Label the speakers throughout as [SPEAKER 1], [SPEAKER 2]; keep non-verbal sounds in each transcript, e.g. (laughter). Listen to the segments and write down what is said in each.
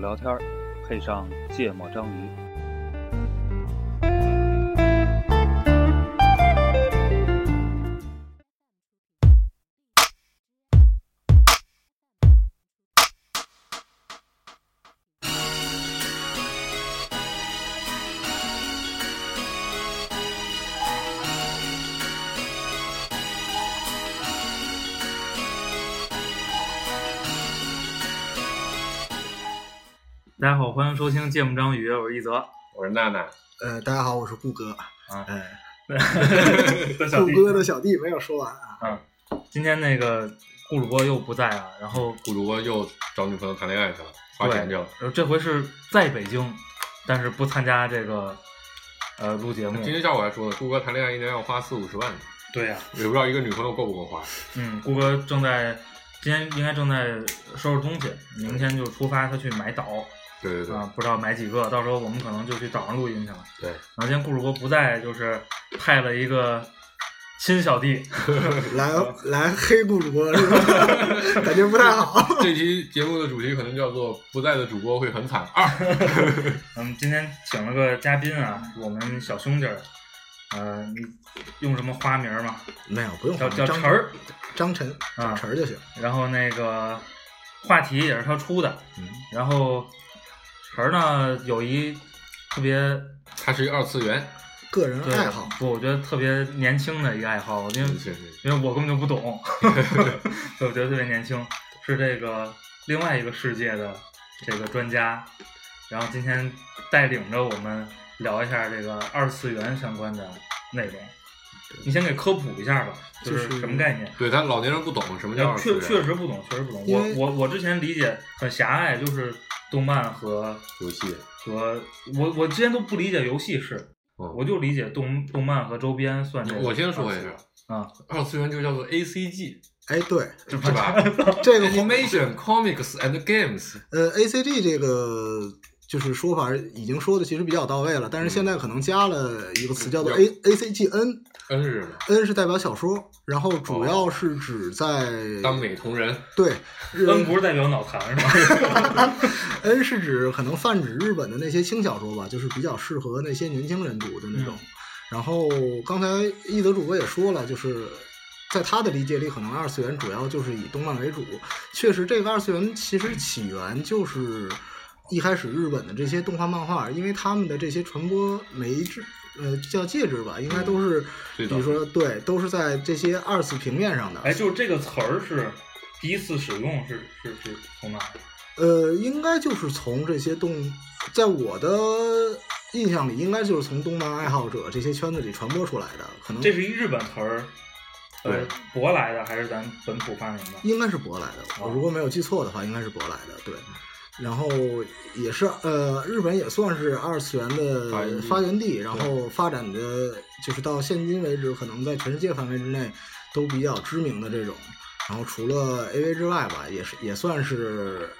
[SPEAKER 1] 聊天，配上芥末章鱼。
[SPEAKER 2] 大家好，欢迎收听《芥末章鱼》，我是一泽。
[SPEAKER 3] 我是娜娜，
[SPEAKER 4] 呃，大家好，我是顾哥。
[SPEAKER 2] 啊
[SPEAKER 4] 哎，
[SPEAKER 2] 的小
[SPEAKER 4] 顾
[SPEAKER 2] 弟，
[SPEAKER 4] 哥的小弟没有说完啊。 (laughs)
[SPEAKER 2] 今天那个顾主播又不在啊，然后
[SPEAKER 3] 顾主播又找女朋友谈恋爱去了，花钱去了。
[SPEAKER 2] 呃这回是在北京，但是不参加这个呃录节目。
[SPEAKER 3] 今天照我来说呢，顾哥谈恋爱一年要花四五十万呢，
[SPEAKER 2] 对呀、
[SPEAKER 3] 也不知道一个女朋友够不够花。
[SPEAKER 2] 嗯，顾哥正在今天应该正在收拾东西，明天就出发，他去买岛
[SPEAKER 3] 对对对，
[SPEAKER 2] 啊，不知道买几个，到时候我们可能就去岛上录音去了。
[SPEAKER 3] 对
[SPEAKER 2] 然后今天顾主播不在，就是派了一个亲小弟，
[SPEAKER 4] 来来黑顾主播是吧？ (laughs) 感觉不太好。
[SPEAKER 3] 这期节目的主题可能叫做“不在的主播会很惨二
[SPEAKER 2] 嗯，今天请了个嘉宾啊，我们小兄弟儿，呃，你用什么花名儿吗？
[SPEAKER 4] (laughs) 没有，不用
[SPEAKER 2] 叫
[SPEAKER 4] 慌
[SPEAKER 2] 叫
[SPEAKER 4] 张
[SPEAKER 2] 晨儿
[SPEAKER 4] 张晨，
[SPEAKER 2] 啊
[SPEAKER 4] 张晨儿就行。
[SPEAKER 2] 然后那个话题也是他出的，
[SPEAKER 4] 嗯
[SPEAKER 2] 然后晨儿呢有一特别”，
[SPEAKER 3] 它是一二次元。
[SPEAKER 4] 个人
[SPEAKER 2] 对
[SPEAKER 4] 爱好，
[SPEAKER 2] 不，我觉得特别年轻的一个爱好，因为
[SPEAKER 3] 是是
[SPEAKER 2] 因为我根本就不
[SPEAKER 3] (laughs)
[SPEAKER 2] 懂，所以我觉得特别年轻，是这个另外一个世界的这个专家，然后今天带领着我们聊一下这个二次元相关的内容。你先给科普一下吧，就
[SPEAKER 4] 就是
[SPEAKER 2] 是什么概念？
[SPEAKER 3] 对他老年人不懂什么叫二次
[SPEAKER 2] 哎确
[SPEAKER 3] 元，
[SPEAKER 2] 确实不懂，确实不懂。
[SPEAKER 4] 因
[SPEAKER 2] 我
[SPEAKER 4] 为
[SPEAKER 2] 我我之前理解很狭隘，就是动漫和
[SPEAKER 3] 游戏。
[SPEAKER 2] 和我我之前都不理解游戏是，
[SPEAKER 3] 嗯，
[SPEAKER 2] 我就理解动动漫和周边算这个。
[SPEAKER 3] 我先说一下，
[SPEAKER 2] 啊，
[SPEAKER 3] 二次元就叫做 A C G，
[SPEAKER 4] 哎，
[SPEAKER 2] (laughs)
[SPEAKER 4] 对，
[SPEAKER 3] 是吧
[SPEAKER 4] 这个话
[SPEAKER 3] ？Animation, Comics and Games。
[SPEAKER 4] 呃，A C G 这个就是说法已经说的其实比较到位了，但是现在可能加了一个词叫做
[SPEAKER 3] 嗯
[SPEAKER 4] A A C G N。
[SPEAKER 3] N 是什么？
[SPEAKER 4] N 是代表小说，然后主要是指在
[SPEAKER 3] 耽美同人。
[SPEAKER 4] 对
[SPEAKER 2] 恩不是代表脑残是吧？ (laughs)
[SPEAKER 4] N 是指可能泛指日本的那些轻小说吧，就是比较适合那些年轻人读的那种。然后刚才一泽主播也说了，就是在他的理解里，可能二次元主要就是以动漫为主。确实，这个二次元其实起源就是一开始日本的这些动画漫画，因为他们的这些传播媒质。呃，叫介质吧，应该都是，
[SPEAKER 3] 最
[SPEAKER 4] 比
[SPEAKER 3] 早
[SPEAKER 4] 如说对，都是在这些二次平面上的。
[SPEAKER 2] 哎，就是这个词儿是第一次使用是是是从哪儿？
[SPEAKER 4] 呃，应该就是从这些动，在我的印象里，应该就是从动漫爱好者这些圈子里传播出来的，可能
[SPEAKER 2] 这是一日本词儿，呃，舶来的还是咱本土发明的？
[SPEAKER 4] 应该是舶来的。我
[SPEAKER 2] 哦
[SPEAKER 4] 如果没有记错的话，应该是舶来的，对。然后也是呃，日本也算是二次元
[SPEAKER 3] 发源地
[SPEAKER 4] 的发源地，然后发展的就是到现今为止，可能在全世界范围之内都比较知名的这种。然后除了 AV 之外吧，也是也算是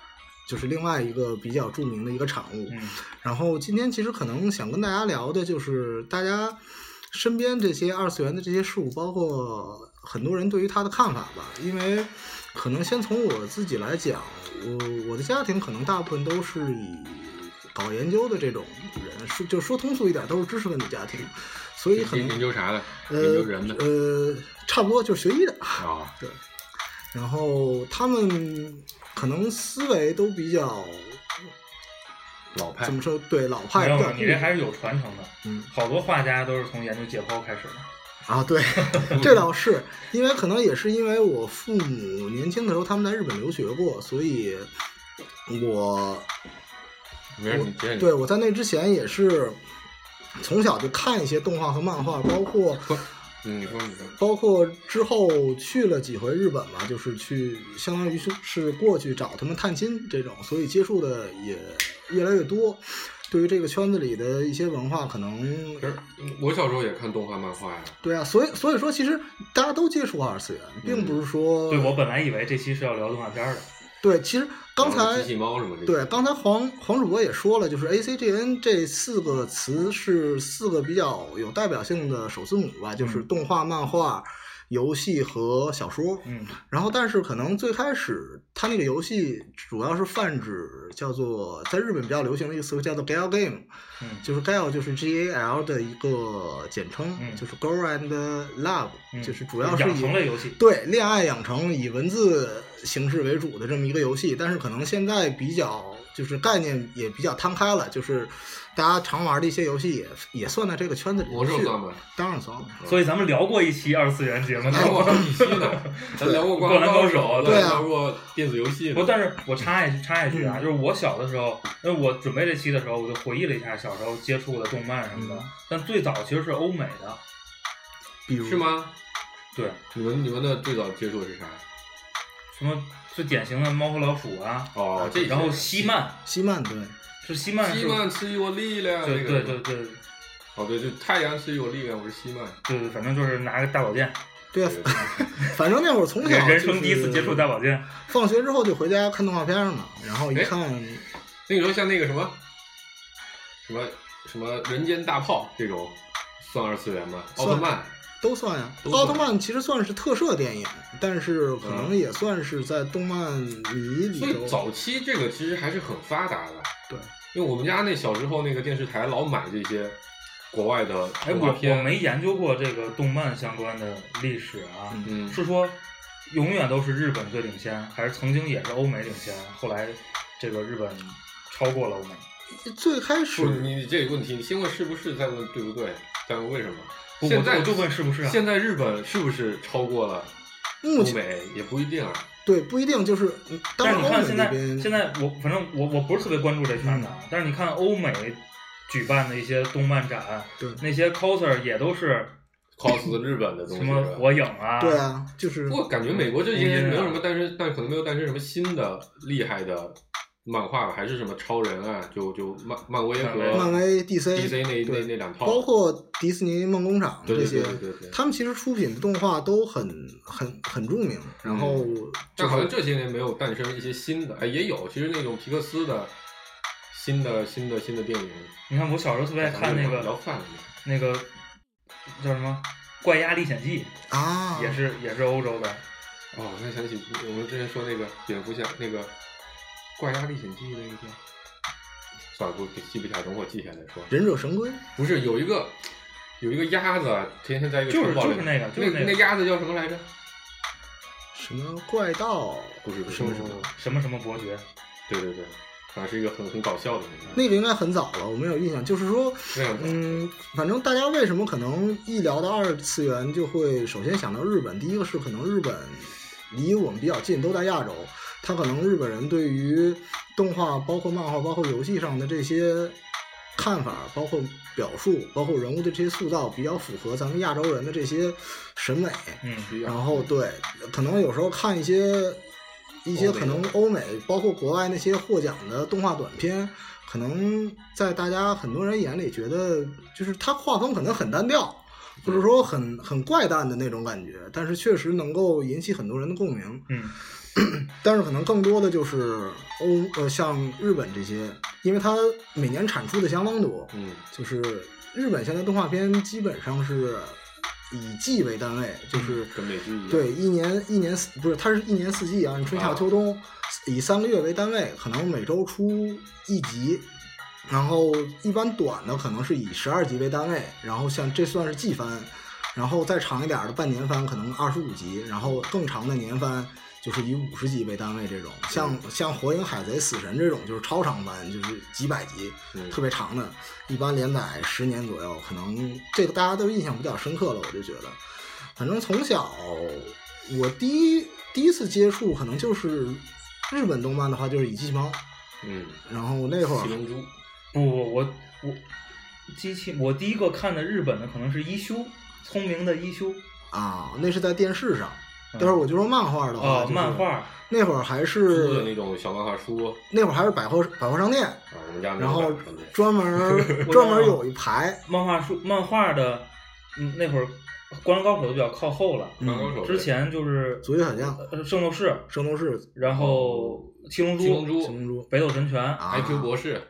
[SPEAKER 4] 就是另外一个比较著名的一个产物。
[SPEAKER 2] 嗯，
[SPEAKER 4] 然后今天其实可能想跟大家聊的就是大家身边这些二次元的这些事物，包括很多人对于它的看法吧。因为可能先从我自己来讲，我我的家庭可能大部分都是以搞研究的这种人，说就说通俗一点，都是知识分子家庭，所以可
[SPEAKER 3] 研
[SPEAKER 4] 能
[SPEAKER 3] 研究啥的？研
[SPEAKER 4] 呃
[SPEAKER 3] 究人的
[SPEAKER 4] 呃差不多就是学医的。
[SPEAKER 3] 啊，
[SPEAKER 4] 然后他们可能思维都比较
[SPEAKER 3] 老派
[SPEAKER 4] 怎。么说？对老派
[SPEAKER 2] 没
[SPEAKER 4] 比
[SPEAKER 2] 有
[SPEAKER 4] 较
[SPEAKER 2] 你这还是有传承的。
[SPEAKER 4] 嗯
[SPEAKER 2] 好多画家都是从研究解剖开始的。
[SPEAKER 4] 啊，对，这倒是，因为可能也是因为我父母年轻的时候他们在日本留学过，所以我
[SPEAKER 3] 没人你接你。
[SPEAKER 4] 对我在那之前也是从小就看一些动画和漫画，包括
[SPEAKER 3] 嗯，你说你说。
[SPEAKER 4] 包括之后去了几回日本吧，就是去相当于是是过去找他们探亲这种，所以接触的也越来越多。对于这个圈子里的一些文化，可能
[SPEAKER 3] 可是我小时候也看动画漫画呀，
[SPEAKER 4] 对啊，所以所以说，其实大家都接触二次元，并不是
[SPEAKER 2] 嗯
[SPEAKER 4] 说
[SPEAKER 2] 对，我本来以为这期是要聊动画片儿的。
[SPEAKER 4] 对，其实刚
[SPEAKER 3] 然后
[SPEAKER 4] 才
[SPEAKER 3] 机器猫什么的。
[SPEAKER 4] 对刚才黄黄主播也说了，就是 A C G N 这四个词是四个比较有代表性的首字母吧，就是
[SPEAKER 2] 嗯
[SPEAKER 4] 动画、漫画、游戏和小说，
[SPEAKER 2] 嗯
[SPEAKER 4] 然后，但是可能最开始它那个游戏主要是泛指叫做在日本比较流行的一个词汇叫做 gal game，
[SPEAKER 2] 嗯
[SPEAKER 4] 就是 gal 就是 G A L 的一个简称，
[SPEAKER 2] 嗯
[SPEAKER 4] 就是 girl and love，、
[SPEAKER 2] 嗯，
[SPEAKER 4] 就是主要是
[SPEAKER 2] 养
[SPEAKER 4] 以
[SPEAKER 2] 成类游戏，
[SPEAKER 4] 对恋爱养成以文字形式为主的这么一个游戏。但是可能现在比较就是概念也比较摊开了，就是大家常玩的一些游戏也也算在这个圈子里
[SPEAKER 3] 魔
[SPEAKER 4] 面
[SPEAKER 3] 兽
[SPEAKER 4] 去。
[SPEAKER 3] 算吗？
[SPEAKER 4] 当然算了。
[SPEAKER 2] 所以咱们聊过一期二次元节
[SPEAKER 4] (laughs)
[SPEAKER 2] 目，
[SPEAKER 3] 聊过好几期呢， (laughs) 咱聊过《灌
[SPEAKER 2] 灌篮
[SPEAKER 3] 篮
[SPEAKER 2] 高
[SPEAKER 3] 高
[SPEAKER 2] 手
[SPEAKER 3] 手》，
[SPEAKER 4] 对
[SPEAKER 3] 咱
[SPEAKER 4] 啊
[SPEAKER 3] 聊过电子游戏呢。
[SPEAKER 2] 不，但是我插一句插一句啊，
[SPEAKER 4] 嗯
[SPEAKER 2] 就是我小的时候，因为我准备这期的时候，我就回忆了一下小时候接触的动漫什么的。
[SPEAKER 4] 嗯
[SPEAKER 2] 但最早其实是欧美的，
[SPEAKER 4] 比如
[SPEAKER 3] 是？吗？
[SPEAKER 2] 对，
[SPEAKER 3] 你们你们的最早接触的是啥？
[SPEAKER 2] 什么最典型的《猫和老鼠》啊，
[SPEAKER 3] 哦，这
[SPEAKER 2] 然后
[SPEAKER 3] 西
[SPEAKER 2] 西曼
[SPEAKER 4] 西曼对，
[SPEAKER 2] 是西曼是，
[SPEAKER 3] 西曼赐予我力量，
[SPEAKER 2] 对
[SPEAKER 3] 那
[SPEAKER 2] 对
[SPEAKER 3] 个
[SPEAKER 2] 对对
[SPEAKER 3] 哦对，就太阳赐予我力量，我是
[SPEAKER 4] (laughs)
[SPEAKER 3] 西曼。
[SPEAKER 2] 对，反正就是拿个大宝剑，
[SPEAKER 4] 对啊，
[SPEAKER 3] 对对对
[SPEAKER 4] 反正那会儿从小
[SPEAKER 2] 人人
[SPEAKER 4] 啊就
[SPEAKER 2] 生
[SPEAKER 4] 是
[SPEAKER 2] 第一次接触大宝剑，
[SPEAKER 4] 放学之后就回家看动画片嘛，然后一
[SPEAKER 3] 哎
[SPEAKER 4] 看，
[SPEAKER 3] 那个时候像那个什么什么什么人间大炮这种，算二次元吗？奥
[SPEAKER 4] 算
[SPEAKER 3] 特曼
[SPEAKER 4] 都算呀。
[SPEAKER 3] 都算
[SPEAKER 4] 奥特曼其实算是特摄电影，但是可能也算是在动漫迷
[SPEAKER 3] 所以
[SPEAKER 4] 里头。
[SPEAKER 3] 早期这个其实还是很发达的。
[SPEAKER 4] 对，
[SPEAKER 3] 因为我们家那小时候那个电视台老买这些国外的
[SPEAKER 2] 哎，
[SPEAKER 3] 动
[SPEAKER 2] 我
[SPEAKER 3] 画
[SPEAKER 2] 我
[SPEAKER 3] 片。
[SPEAKER 2] 没研究过这个动漫相关的历史啊，
[SPEAKER 4] 嗯
[SPEAKER 3] 嗯，
[SPEAKER 2] 是说永远都是日本最领先，还是曾经也是欧美领先，后来这个日本超过了欧美？
[SPEAKER 4] 最开
[SPEAKER 3] 不是
[SPEAKER 4] 始
[SPEAKER 3] 你这个问题，你先问是不是，再问对不对，再问为什么。
[SPEAKER 2] 不
[SPEAKER 3] 现
[SPEAKER 2] 我
[SPEAKER 3] 在
[SPEAKER 2] 我就问是不是啊
[SPEAKER 3] 现在日本是不是超过了
[SPEAKER 4] 目
[SPEAKER 3] 欧
[SPEAKER 4] 前
[SPEAKER 3] 美？也不一定啊。
[SPEAKER 4] 对不一定就是，嗯
[SPEAKER 2] 但
[SPEAKER 4] 当然
[SPEAKER 2] 是你
[SPEAKER 4] 欧
[SPEAKER 2] 看
[SPEAKER 4] 美
[SPEAKER 2] 现
[SPEAKER 4] 那
[SPEAKER 2] 在
[SPEAKER 4] 边
[SPEAKER 2] 现在我反正我我不是特别关注这圈子啊，但是你看欧美举办的一些动漫展，
[SPEAKER 4] 对
[SPEAKER 2] 那些 coser 也都是
[SPEAKER 4] (coughs)
[SPEAKER 3] cos 日本的东
[SPEAKER 2] 什
[SPEAKER 3] 西
[SPEAKER 2] 么
[SPEAKER 3] 是吧
[SPEAKER 2] 火影啊，
[SPEAKER 4] 对啊，就是
[SPEAKER 3] 不过感觉美国这些年没有什
[SPEAKER 2] 嗯
[SPEAKER 3] 么诞生，但可能没有诞生什么新的厉害的漫画吧，还是什么超人啊，就就漫漫威和
[SPEAKER 2] 漫威
[SPEAKER 4] 漫威、
[SPEAKER 3] DC 那那
[SPEAKER 4] 对
[SPEAKER 3] 那两套，
[SPEAKER 4] 包括迪士尼梦工厂
[SPEAKER 3] 对
[SPEAKER 4] 这
[SPEAKER 3] 对对
[SPEAKER 4] 些，
[SPEAKER 3] 对对对。
[SPEAKER 4] 他们其实出品的动画都很很很著名。然
[SPEAKER 2] 嗯
[SPEAKER 4] 后就
[SPEAKER 3] 但好像
[SPEAKER 4] 是
[SPEAKER 3] 这些年没有诞生一些新的，哎，也有，其实那种皮克斯的新的新的新的电影，
[SPEAKER 2] 你看我小时候特别爱看那
[SPEAKER 3] 聊
[SPEAKER 2] 个
[SPEAKER 3] 饭了。
[SPEAKER 2] 那个叫什么《怪鸭历险记》，
[SPEAKER 4] 啊，
[SPEAKER 2] 也是也是欧洲的，
[SPEAKER 3] 哦，我突然想起我们之前说那个蝙蝠侠那个《怪鸭历险记》那个叫，算了，不记不起来，等我记下来再说。
[SPEAKER 4] 忍者神龟，
[SPEAKER 3] 不是有一个有一个鸭子啊，天天在一个
[SPEAKER 2] 就是
[SPEAKER 3] 城堡里，
[SPEAKER 2] 就是那个就是
[SPEAKER 3] 那
[SPEAKER 2] 那个
[SPEAKER 3] 鸭子叫什么来着？
[SPEAKER 4] 什么怪盗，
[SPEAKER 3] 不是不是
[SPEAKER 4] 什么
[SPEAKER 3] 不是
[SPEAKER 4] 什么的
[SPEAKER 2] 什么什么伯爵，
[SPEAKER 3] 对对对，反正是一个很很搞笑的那个。
[SPEAKER 4] 那个应该很早了，我没有印象。就是说，
[SPEAKER 3] 那样子，
[SPEAKER 4] 嗯，反正大家为什么可能一聊到二次元，就会首先想到日本。第一个是可能日本离我们比较近，都在亚洲，他可能日本人对于动画、包括漫画、包括游戏上的这些看法，包括表述，包括人物的这些塑造，比较符合咱们亚洲人的这些审美。
[SPEAKER 2] 嗯，
[SPEAKER 3] 需要
[SPEAKER 4] 然后对，可能有时候看一些一些
[SPEAKER 3] 欧美
[SPEAKER 4] 可能
[SPEAKER 3] 的
[SPEAKER 4] 欧美，包括国外那些获奖的动画短片，可能在大家很多人眼里觉得，就是它画风可能很单
[SPEAKER 3] 嗯
[SPEAKER 4] 调，或者说很很怪诞的那种感觉，但是确实能够引起很多人的共鸣。
[SPEAKER 2] 嗯，
[SPEAKER 4] 但是可能更多的就是欧呃，像日本这些，因为它每年产出的相当多，
[SPEAKER 3] 嗯，
[SPEAKER 4] 就是日本现在动画片基本上是以季为单位，就是。
[SPEAKER 3] 跟美剧一样。
[SPEAKER 4] 对，一年一年四不是，它是一年四季啊，你春夏秋冬，以三个月为单位，可能每周出一集，然后一般短的可能是以十二集为单位，然后像这算是季番，然后再长一点儿的半年番可能二十五集，然后更长的年番就是以五十集为单位这种，
[SPEAKER 3] 嗯
[SPEAKER 4] 像像火影、海贼、死神这种就是超长番，就是几百集，
[SPEAKER 3] 嗯，
[SPEAKER 4] 特别长的，一般连载十年左右，可能这个大家都印象比较深刻了。我就觉得，反正从小我第一第一次接触，可能就是日本动漫的话，就是《以机器猫》，
[SPEAKER 3] 嗯，
[SPEAKER 4] 然后那会
[SPEAKER 3] 七
[SPEAKER 4] 儿
[SPEAKER 3] 龙珠
[SPEAKER 2] 不不，我我机器，我第一个看的日本的可能是一休，聪明的一休。
[SPEAKER 4] 啊，那是在电视上。
[SPEAKER 2] 嗯
[SPEAKER 4] 待会儿我就说漫画的话，
[SPEAKER 2] 哦
[SPEAKER 4] 啊就，是
[SPEAKER 2] 漫画，
[SPEAKER 4] 那会儿还
[SPEAKER 3] 出的
[SPEAKER 4] 是
[SPEAKER 3] 那种小漫画书啊，
[SPEAKER 4] 那会儿还是百货百货商店，
[SPEAKER 3] 我们家没有
[SPEAKER 4] 然后
[SPEAKER 3] 买过什么的
[SPEAKER 4] 专门儿
[SPEAKER 2] (laughs) 我
[SPEAKER 4] 专门
[SPEAKER 2] 知道
[SPEAKER 4] 儿有一排，
[SPEAKER 2] 漫画书，漫画的，嗯，那会儿《灌篮高手》就比较靠后了，
[SPEAKER 3] 灌篮高
[SPEAKER 4] 嗯，
[SPEAKER 3] 手
[SPEAKER 2] 之前就是
[SPEAKER 4] 足球小将、
[SPEAKER 2] 呃《圣斗士》，
[SPEAKER 4] 圣斗士、
[SPEAKER 2] 然后《七龙珠》
[SPEAKER 3] 哦七龙珠
[SPEAKER 4] 七龙珠
[SPEAKER 2] 北斗神拳》
[SPEAKER 4] 啊
[SPEAKER 3] IQ 博士，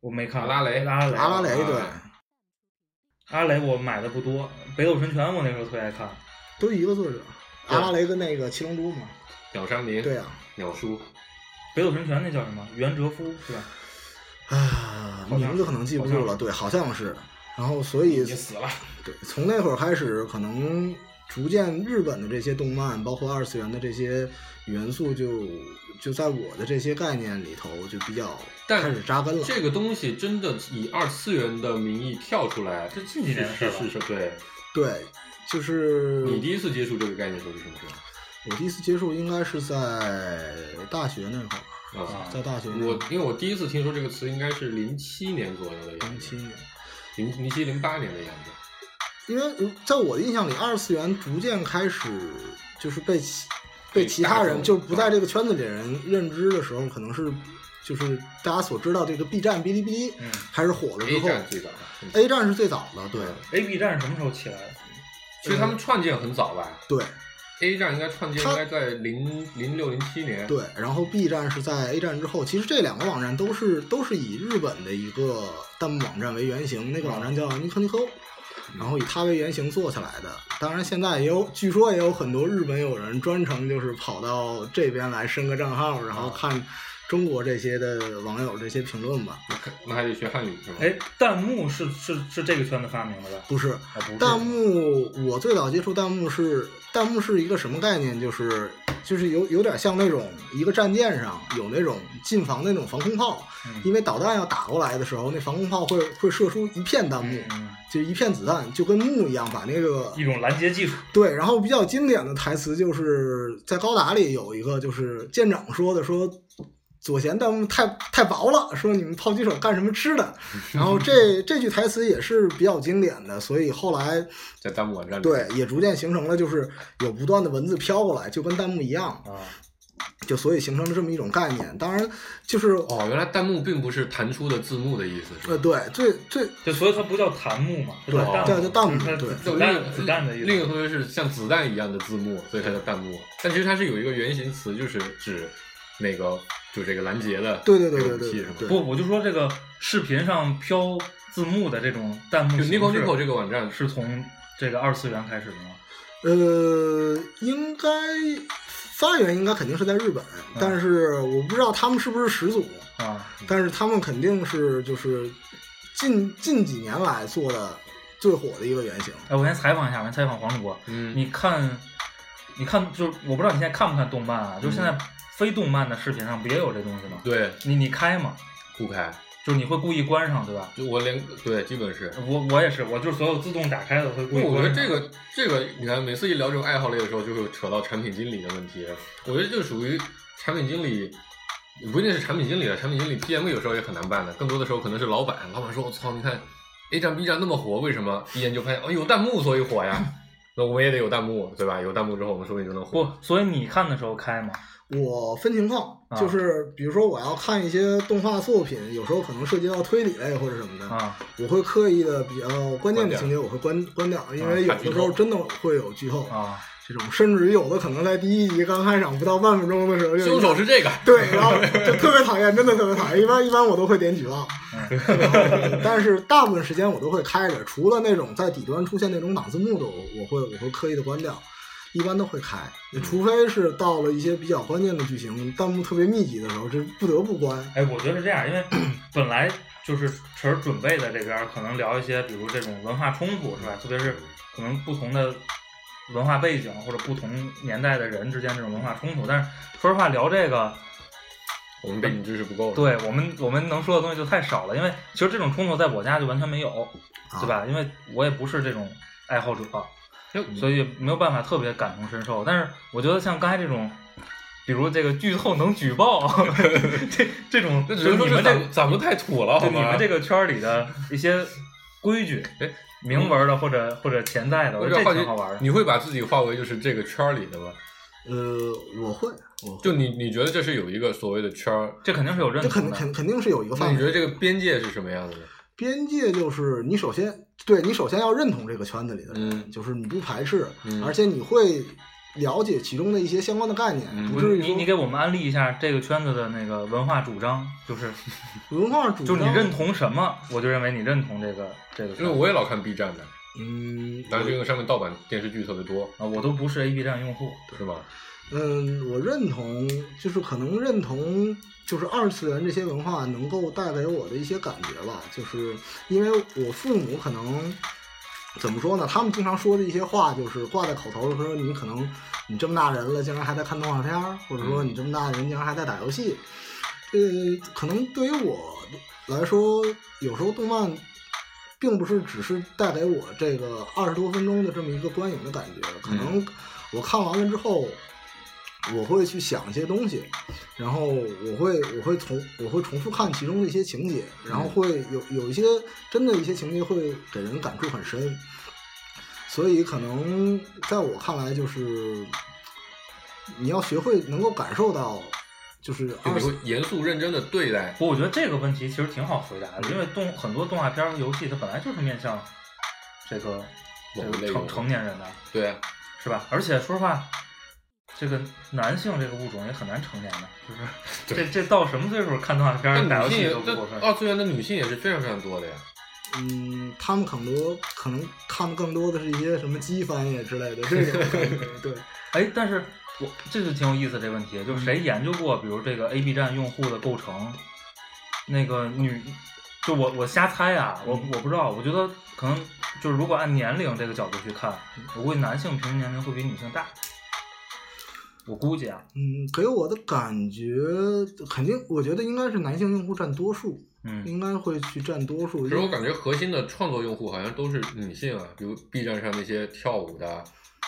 [SPEAKER 2] 我没看。
[SPEAKER 3] 阿拉蕾
[SPEAKER 2] 阿拉啊蕾，
[SPEAKER 4] 阿拉蕾，对，
[SPEAKER 2] 阿拉蕾我买的不多，《北斗神拳》我那时候特爱看，
[SPEAKER 4] 都一个作者，阿拉蕾跟那个七龙珠嘛。
[SPEAKER 3] 鸟山明，
[SPEAKER 4] 对啊，
[SPEAKER 3] 鸟叔，
[SPEAKER 2] 北斗神拳那叫什么？袁哲夫是吧？
[SPEAKER 4] 啊，
[SPEAKER 2] 好像
[SPEAKER 4] 名字可能记不住
[SPEAKER 2] 好像
[SPEAKER 4] 了，对，好像是。然后，所以
[SPEAKER 5] 已经死了。
[SPEAKER 4] 对，从那会儿开始，可能逐渐日本的这些动漫，包括二次元的这些元素就，就在我的这些概念里头就比较
[SPEAKER 3] 但
[SPEAKER 4] 开始扎根了。
[SPEAKER 3] 这个东西真的以二次元的名义跳出来，
[SPEAKER 2] 这近几年的事
[SPEAKER 3] 是
[SPEAKER 2] 儿
[SPEAKER 3] 是是，
[SPEAKER 2] 吧？
[SPEAKER 3] 对
[SPEAKER 4] 对，就是
[SPEAKER 3] 你第一次接触这个概念时候是什么时候？
[SPEAKER 4] 我第一次接触应该是在大学那会儿，
[SPEAKER 3] 啊，
[SPEAKER 4] 在大学那会
[SPEAKER 3] 我
[SPEAKER 4] 儿
[SPEAKER 3] 因为我第一次听说这个词应该是零七年左右的样
[SPEAKER 4] 零七
[SPEAKER 3] 子，
[SPEAKER 4] 年，
[SPEAKER 3] 零零七零八年的样子。
[SPEAKER 4] 因为嗯在我的印象里，二次元逐渐开始就是被其
[SPEAKER 3] 被
[SPEAKER 4] 被其他
[SPEAKER 3] 大
[SPEAKER 4] 人
[SPEAKER 3] 众
[SPEAKER 4] 就是不在这个圈子里人认知的时候，可能是就是大家所知道这个 B 站、哔哩哔哩
[SPEAKER 2] 嗯
[SPEAKER 4] 开始火了之
[SPEAKER 3] A
[SPEAKER 4] 后
[SPEAKER 3] 站最早，嗯
[SPEAKER 4] ，A 站是最早的，对
[SPEAKER 2] ，A 哎 B 站是什么时候起来的？
[SPEAKER 3] 其实他们创建很早吧
[SPEAKER 4] 对
[SPEAKER 3] ，A 站应该创建
[SPEAKER 4] 它
[SPEAKER 3] 应该在零零六零七年。
[SPEAKER 4] 对。然后 B 站是在 A 站之后，其实这两个网站都是都是以日本的一个弹幕网站为原型，那个网站叫尼科尼科。然后以它为原型做起来的，当然现在也有，据说也有很多日本友人专程就是跑到这边来申个账号，然后看中国这些的网友这些评论吧。
[SPEAKER 3] 那那还得学汉语是吗？
[SPEAKER 2] 哎，弹幕是是是这个圈子发明的吧？
[SPEAKER 4] 不是，
[SPEAKER 2] 啊，不是
[SPEAKER 4] 弹幕，我最早接触弹幕是弹幕是一个什么概念？就是就是有有点像那种一个战舰上有那种近防那种防空炮，
[SPEAKER 2] 嗯
[SPEAKER 4] 因为导弹要打过来的时候，那防空炮会会射出一片弹幕，
[SPEAKER 2] 嗯
[SPEAKER 4] 就一片子弹，就跟幕一样，把那个
[SPEAKER 2] 一种拦截技术。
[SPEAKER 4] 对，然后比较经典的台词就是在高达里有一个，就是舰长说的，说左舷弹幕太太薄了，说你们炮击手干什么吃
[SPEAKER 2] (laughs)
[SPEAKER 4] 的？然后这这句台词也是比较经典的，所以后来
[SPEAKER 3] 在弹幕网站里。
[SPEAKER 4] 对也逐渐形成了，就是有不断的文字飘过来，就跟弹幕一样，
[SPEAKER 2] 啊，
[SPEAKER 4] 就所以形成了这么一种概念。当然，就是
[SPEAKER 3] 哦，原来弹幕并不是弹出的字幕的意思，是
[SPEAKER 4] 呃，
[SPEAKER 3] 吧？
[SPEAKER 4] 对，最最
[SPEAKER 2] 就所以它不叫弹幕嘛，它叫
[SPEAKER 4] 对
[SPEAKER 2] 弹幕，
[SPEAKER 4] 叫叫弹幕
[SPEAKER 2] 就是它
[SPEAKER 4] 对
[SPEAKER 2] 呃子弹子弹的意思。
[SPEAKER 3] 另一个同学是像子弹一样的字幕，所以它叫弹幕。但其实它是有一个原型词，就是指那个就这个拦截的
[SPEAKER 4] 对对对
[SPEAKER 3] 这个
[SPEAKER 4] 对对
[SPEAKER 3] 武器
[SPEAKER 4] 对
[SPEAKER 3] 是吗？
[SPEAKER 4] 对
[SPEAKER 2] 不，我就说这个视频上飘字幕的这种弹幕
[SPEAKER 3] 就
[SPEAKER 2] 形式，
[SPEAKER 3] Nico Nico 这个网站
[SPEAKER 2] 是从这个二次元开始的吗？
[SPEAKER 4] 呃，应该发源应该肯定是在日本，但是我不知道他们是不是始祖，
[SPEAKER 2] 啊，
[SPEAKER 4] 但是他们肯定是就是近近几年来做的最火的一个原型。
[SPEAKER 2] 哎，我先采访一下，我先采访黄主播，
[SPEAKER 3] 嗯，
[SPEAKER 2] 你看，你看，就是我不知道你现在看不看动漫
[SPEAKER 4] 嗯
[SPEAKER 2] 啊？就是现在非动漫的视频上不也有这东西吗？
[SPEAKER 3] 对
[SPEAKER 2] 你你开吗？
[SPEAKER 3] 不开，
[SPEAKER 2] 就是你会故意关上，对吧？
[SPEAKER 3] 就我连对基本是。
[SPEAKER 2] 我我也是，我就是所有自动打开的我会故意
[SPEAKER 3] 不，
[SPEAKER 2] 关上。
[SPEAKER 3] 我觉得这个这个，你看每次一聊这种爱好类的时候，就会扯到产品经理的问题。我觉得就属于产品经理，不一定是产品经理了，产品经理 PM 有时候也很难办的，更多的时候可能是老板。老板说：“我操，你看 A 站、B 站那么火，为什么？”一眼就发现哦，有弹幕所以火呀。 (laughs) 那我们也得有弹幕，对吧？有弹幕之后，我们说不定就能
[SPEAKER 2] 不
[SPEAKER 3] 火。，
[SPEAKER 2] 所以你看的时候开吗？
[SPEAKER 4] 我分情况
[SPEAKER 2] 啊，
[SPEAKER 4] 就是比如说我要看一些动画作品，有时候可能涉及到推理类或者什么的，
[SPEAKER 2] 啊，
[SPEAKER 4] 我会刻意的比较关键
[SPEAKER 3] 关掉
[SPEAKER 4] 的情节我会关关掉，因
[SPEAKER 2] 啊
[SPEAKER 4] 为有
[SPEAKER 3] 怕剧
[SPEAKER 4] 的时候
[SPEAKER 3] 透
[SPEAKER 4] 真的会有剧透
[SPEAKER 2] 啊，
[SPEAKER 4] 这种，甚至于有的可能在第一集刚开场不到半分钟的时候就已经
[SPEAKER 3] 凶手是这个，
[SPEAKER 4] (laughs) 对，然后就特别讨厌，真的特别讨厌。一般一般我都会点举报，
[SPEAKER 3] 嗯
[SPEAKER 4] (laughs) 但是大部分时间我都会开着，除了那种在底端出现那种挡字幕的，我我会我会刻意的关掉，一般都会开，
[SPEAKER 3] 嗯
[SPEAKER 4] 除非是到了一些比较关键的剧情，弹幕特别密集的时候，这不得不关。
[SPEAKER 2] 哎，我觉得是这样，因为 (clears throat) 本来就是晨儿准备在这边儿可能聊一些，比如这种文化冲突是吧？特别是可能不同的文化背景或者不同年代的人之间这种文化冲突，但是说实话聊这个，
[SPEAKER 3] 我们背景知识不够。，
[SPEAKER 2] 对我们我们能说的东西就太少了，因为其实这种冲突在我家就完全没有，
[SPEAKER 4] 啊
[SPEAKER 2] 对吧？因为我也不是这种爱好者，
[SPEAKER 3] 嗯
[SPEAKER 2] 所以没有办法特别感同身受。但是我觉得像刚才这种。比如这个剧透能举报， (laughs) 这这种，
[SPEAKER 3] 那
[SPEAKER 2] 就
[SPEAKER 3] 只
[SPEAKER 2] 是
[SPEAKER 3] 能说
[SPEAKER 2] 你们这
[SPEAKER 3] 是咱们咱们太土了，好
[SPEAKER 2] 就你
[SPEAKER 3] 吗
[SPEAKER 2] 们？这个圈儿里的一些规矩
[SPEAKER 3] 哎，
[SPEAKER 2] 明文的或者或者潜在嗯的，我
[SPEAKER 3] 我
[SPEAKER 2] 觉得
[SPEAKER 3] 比
[SPEAKER 2] 这
[SPEAKER 3] 较好奇
[SPEAKER 2] 挺好玩儿，的。
[SPEAKER 3] 你会把自己划为就是这个圈儿里的吗？
[SPEAKER 4] 呃，我会，我会，
[SPEAKER 3] 就你你觉得这是有一个所谓的圈儿，
[SPEAKER 2] 这肯定是有认
[SPEAKER 4] 这
[SPEAKER 2] 同
[SPEAKER 4] 肯
[SPEAKER 2] 的。
[SPEAKER 4] 肯肯定是有一个
[SPEAKER 3] 那
[SPEAKER 4] 范
[SPEAKER 3] 你觉
[SPEAKER 4] 围
[SPEAKER 3] 得这个边界是什么样的呢？
[SPEAKER 4] 边界，就是你首先对你首先要认同这个圈子里的人，
[SPEAKER 3] 嗯
[SPEAKER 4] 就是你不排斥，
[SPEAKER 3] 嗯
[SPEAKER 4] 而且你会了解其中的一些相关的概念，
[SPEAKER 3] 嗯
[SPEAKER 4] 不
[SPEAKER 2] 我
[SPEAKER 4] 至于
[SPEAKER 2] 你
[SPEAKER 4] 说
[SPEAKER 2] 你给我们安利一下这个圈子的那个文化主张，就是
[SPEAKER 4] 文化主
[SPEAKER 2] 就是你
[SPEAKER 4] 张
[SPEAKER 2] 认同什么，我就认为你认同这个这个
[SPEAKER 3] 因
[SPEAKER 2] 圈
[SPEAKER 3] 为
[SPEAKER 2] 子。
[SPEAKER 3] 我也老看 B 站的，
[SPEAKER 4] 嗯，
[SPEAKER 3] 但是这个上面盗版电视剧特别多，
[SPEAKER 2] 啊，我都不是 A B 站用户，
[SPEAKER 3] 是吗？
[SPEAKER 4] 嗯，我认同，就是可能认同，就是二次元这些文化能够带给我的一些感觉吧，就是因为我父母可能怎么说呢？他们经常说的一些话，就是挂在口头的时候，你可能你这么大人了，竟然还在看动画片儿，或者说
[SPEAKER 3] 嗯
[SPEAKER 4] 你这么大人竟然还在打游戏，这可能对于我来说，有时候动漫并不是只是带给我这个二十多分钟的这么一个观影的感觉，可能我看完了之后，我会去想一些东西，然后我会我会重我会重复看其中的一些情节，然
[SPEAKER 3] 嗯
[SPEAKER 4] 后会有有一些真的一些情节会给人感触很深，所以可能在我看来就是。你要学会能够感受到，啊就是
[SPEAKER 3] 就
[SPEAKER 4] 二
[SPEAKER 3] 你
[SPEAKER 4] 次
[SPEAKER 3] 会严肃认真的对待，
[SPEAKER 2] 不过我觉得这个问题其实挺好回答的，因为动很多动画片儿和游戏它本来就是面向这个这
[SPEAKER 3] 某一类
[SPEAKER 2] 个成
[SPEAKER 3] 人
[SPEAKER 2] 成年人的，
[SPEAKER 3] 对啊，
[SPEAKER 2] 是吧？而且说实话，这个男性这个物种也很难成年的，就是这这到什么岁数看动画片儿、打
[SPEAKER 3] 那
[SPEAKER 2] 游
[SPEAKER 3] 女性
[SPEAKER 2] 戏
[SPEAKER 3] 也
[SPEAKER 2] 都不过
[SPEAKER 3] 这
[SPEAKER 2] 分。
[SPEAKER 3] 哦二次元的女性也是非常非常多的呀，
[SPEAKER 4] 嗯，他们很多可能看的更多的是一些什么机翻译之类的这种感觉，对，
[SPEAKER 2] 哎，但是我这就挺有意思这问题，就是
[SPEAKER 3] 嗯
[SPEAKER 2] 谁研究过，比如这个 A B 站用户的构成，那个女，就我我瞎猜啊，我
[SPEAKER 3] 嗯
[SPEAKER 2] 我不知道，我觉得可能就是如果按年龄这个角度去看，我估计男性平均年龄会比女性大，我估计啊，
[SPEAKER 4] 嗯，给我的感觉肯定，我觉得应该是男性用户占多数，
[SPEAKER 2] 嗯，
[SPEAKER 4] 应该会去占多数。
[SPEAKER 3] 可是我感觉核心的创作用户好像都是女性啊，比如 B 站上那些跳舞的、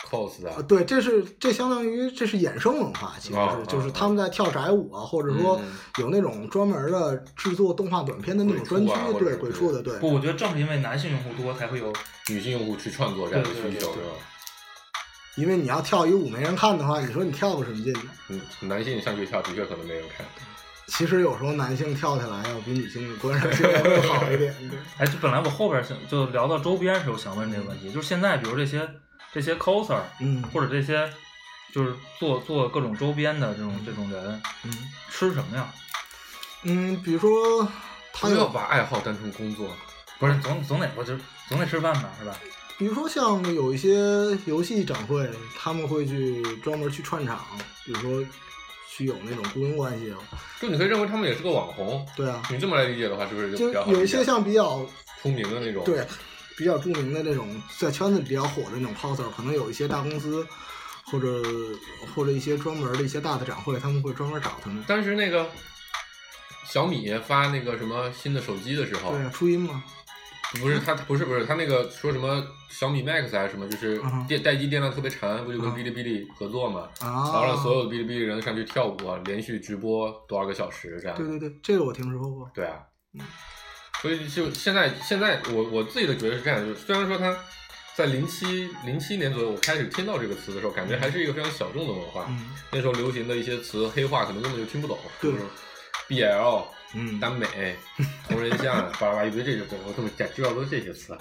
[SPEAKER 3] cos
[SPEAKER 4] 啊，
[SPEAKER 3] 的，
[SPEAKER 4] 对，这是这相当于这是衍生文化，其实是、
[SPEAKER 3] 哦
[SPEAKER 4] 就是
[SPEAKER 3] 哦
[SPEAKER 4] 他们在跳宅舞啊，或者说
[SPEAKER 3] 嗯
[SPEAKER 4] 有那种专门的制作动画短片的那种专
[SPEAKER 3] 鬼
[SPEAKER 4] 区，
[SPEAKER 3] 畜啊或者
[SPEAKER 4] 对
[SPEAKER 3] 是
[SPEAKER 4] 鬼畜的，对，
[SPEAKER 2] 不，我觉得正是因为男性用户多，才会有
[SPEAKER 3] 女性用户去创作这样的需求
[SPEAKER 2] 对对对
[SPEAKER 3] 是吧？
[SPEAKER 4] 因为你要跳一舞没人看的话，你说你跳个什么劲呢？
[SPEAKER 3] 嗯，男性上去跳的确可能没人看，
[SPEAKER 4] 其实有时候男性跳起来要比女性观赏性要更好一点。对
[SPEAKER 2] 哎，就本来我后边想就聊到周边时候想问这个问题，就是现在比如这些这些 coser
[SPEAKER 4] 嗯，
[SPEAKER 2] 或者这些就是做做各种周边的这种这种人
[SPEAKER 4] 嗯
[SPEAKER 2] 吃什么呀？
[SPEAKER 4] 嗯，比如说他
[SPEAKER 3] 不要
[SPEAKER 4] 有，
[SPEAKER 3] 把爱好当成工作，
[SPEAKER 2] 不是总总得我就是总得吃饭吧，是吧？
[SPEAKER 4] 比如说像有一些游戏展会，他们会去专门去串场，比如说去有那种雇佣关系。啊
[SPEAKER 3] 就你可以认为他们也是个网红，
[SPEAKER 4] 对
[SPEAKER 3] (laughs)
[SPEAKER 4] 啊，
[SPEAKER 3] 你这么来理解的话，是不是就
[SPEAKER 4] 就
[SPEAKER 3] 比较好
[SPEAKER 4] 有一
[SPEAKER 3] 理解
[SPEAKER 4] 些像比较
[SPEAKER 3] 出名的那种？
[SPEAKER 4] 对比较著名的那种在圈子里比较火的那种 coser，可能有一些大公司或者或者一些专门的一些大的展会，他们会专门找他们。
[SPEAKER 3] 当时那个小米发那个什么新的手机的时候，
[SPEAKER 4] 对啊，初音嘛，
[SPEAKER 3] 不是他不是不是他那个说什么小米 Max 还是什么，就是
[SPEAKER 4] 嗯哼
[SPEAKER 3] 电待机电量特别长，不就跟
[SPEAKER 4] 嗯
[SPEAKER 3] 哔哩哔哩合作嘛？然
[SPEAKER 4] 啊，
[SPEAKER 3] 后让所有的哔哩哔哩人上去跳舞啊，连续直播多少个小时这样。
[SPEAKER 4] 对对对，这个我听说过。
[SPEAKER 3] 对啊
[SPEAKER 4] 嗯，
[SPEAKER 3] 所以就现在现在我我自己的觉得是这样，就是虽然说它在零七零七年左右我开始听到这个词的时候，感觉还是一个非常小众的文化。
[SPEAKER 4] 嗯
[SPEAKER 3] 那时候流行的一些词黑话可能根本就听不懂，
[SPEAKER 4] 对
[SPEAKER 3] 就是 BL、
[SPEAKER 4] 嗯
[SPEAKER 3] 耽美、同人像，巴拉巴拉一堆这种，我怎么才知道都是这些词啊？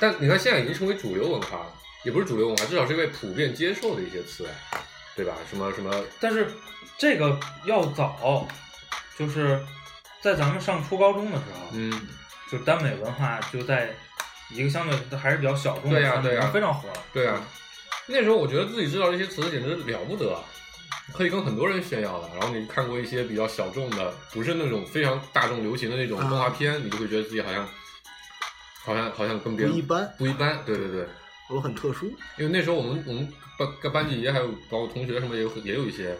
[SPEAKER 3] 但你看现在已经成为主流文化了，也不是主流文化，至少是被普遍接受的一些词，对吧？什么什么，
[SPEAKER 2] 但是这个要早，就是在咱们上初高中的时候，
[SPEAKER 3] 嗯，
[SPEAKER 2] 就耽美文化就在一个相对还是比较小众的
[SPEAKER 3] 对呀
[SPEAKER 2] 圈子
[SPEAKER 3] 对
[SPEAKER 2] 里
[SPEAKER 3] 呀
[SPEAKER 2] 面非常火。
[SPEAKER 3] 对啊，那时候我觉得自己知道这些词简直了不得，啊可以跟很多人炫耀的。然后你看过一些比较小众的，不是那种非常大众流行的那种
[SPEAKER 4] 啊
[SPEAKER 3] 动画片，你就会觉得自己好像，好像好像跟别
[SPEAKER 4] 不
[SPEAKER 3] 人
[SPEAKER 4] 一般，
[SPEAKER 3] 不一般。对对对，
[SPEAKER 4] 我很特殊。
[SPEAKER 3] 因为那时候我们我们班跟班级还有包括同学什么也有也有一些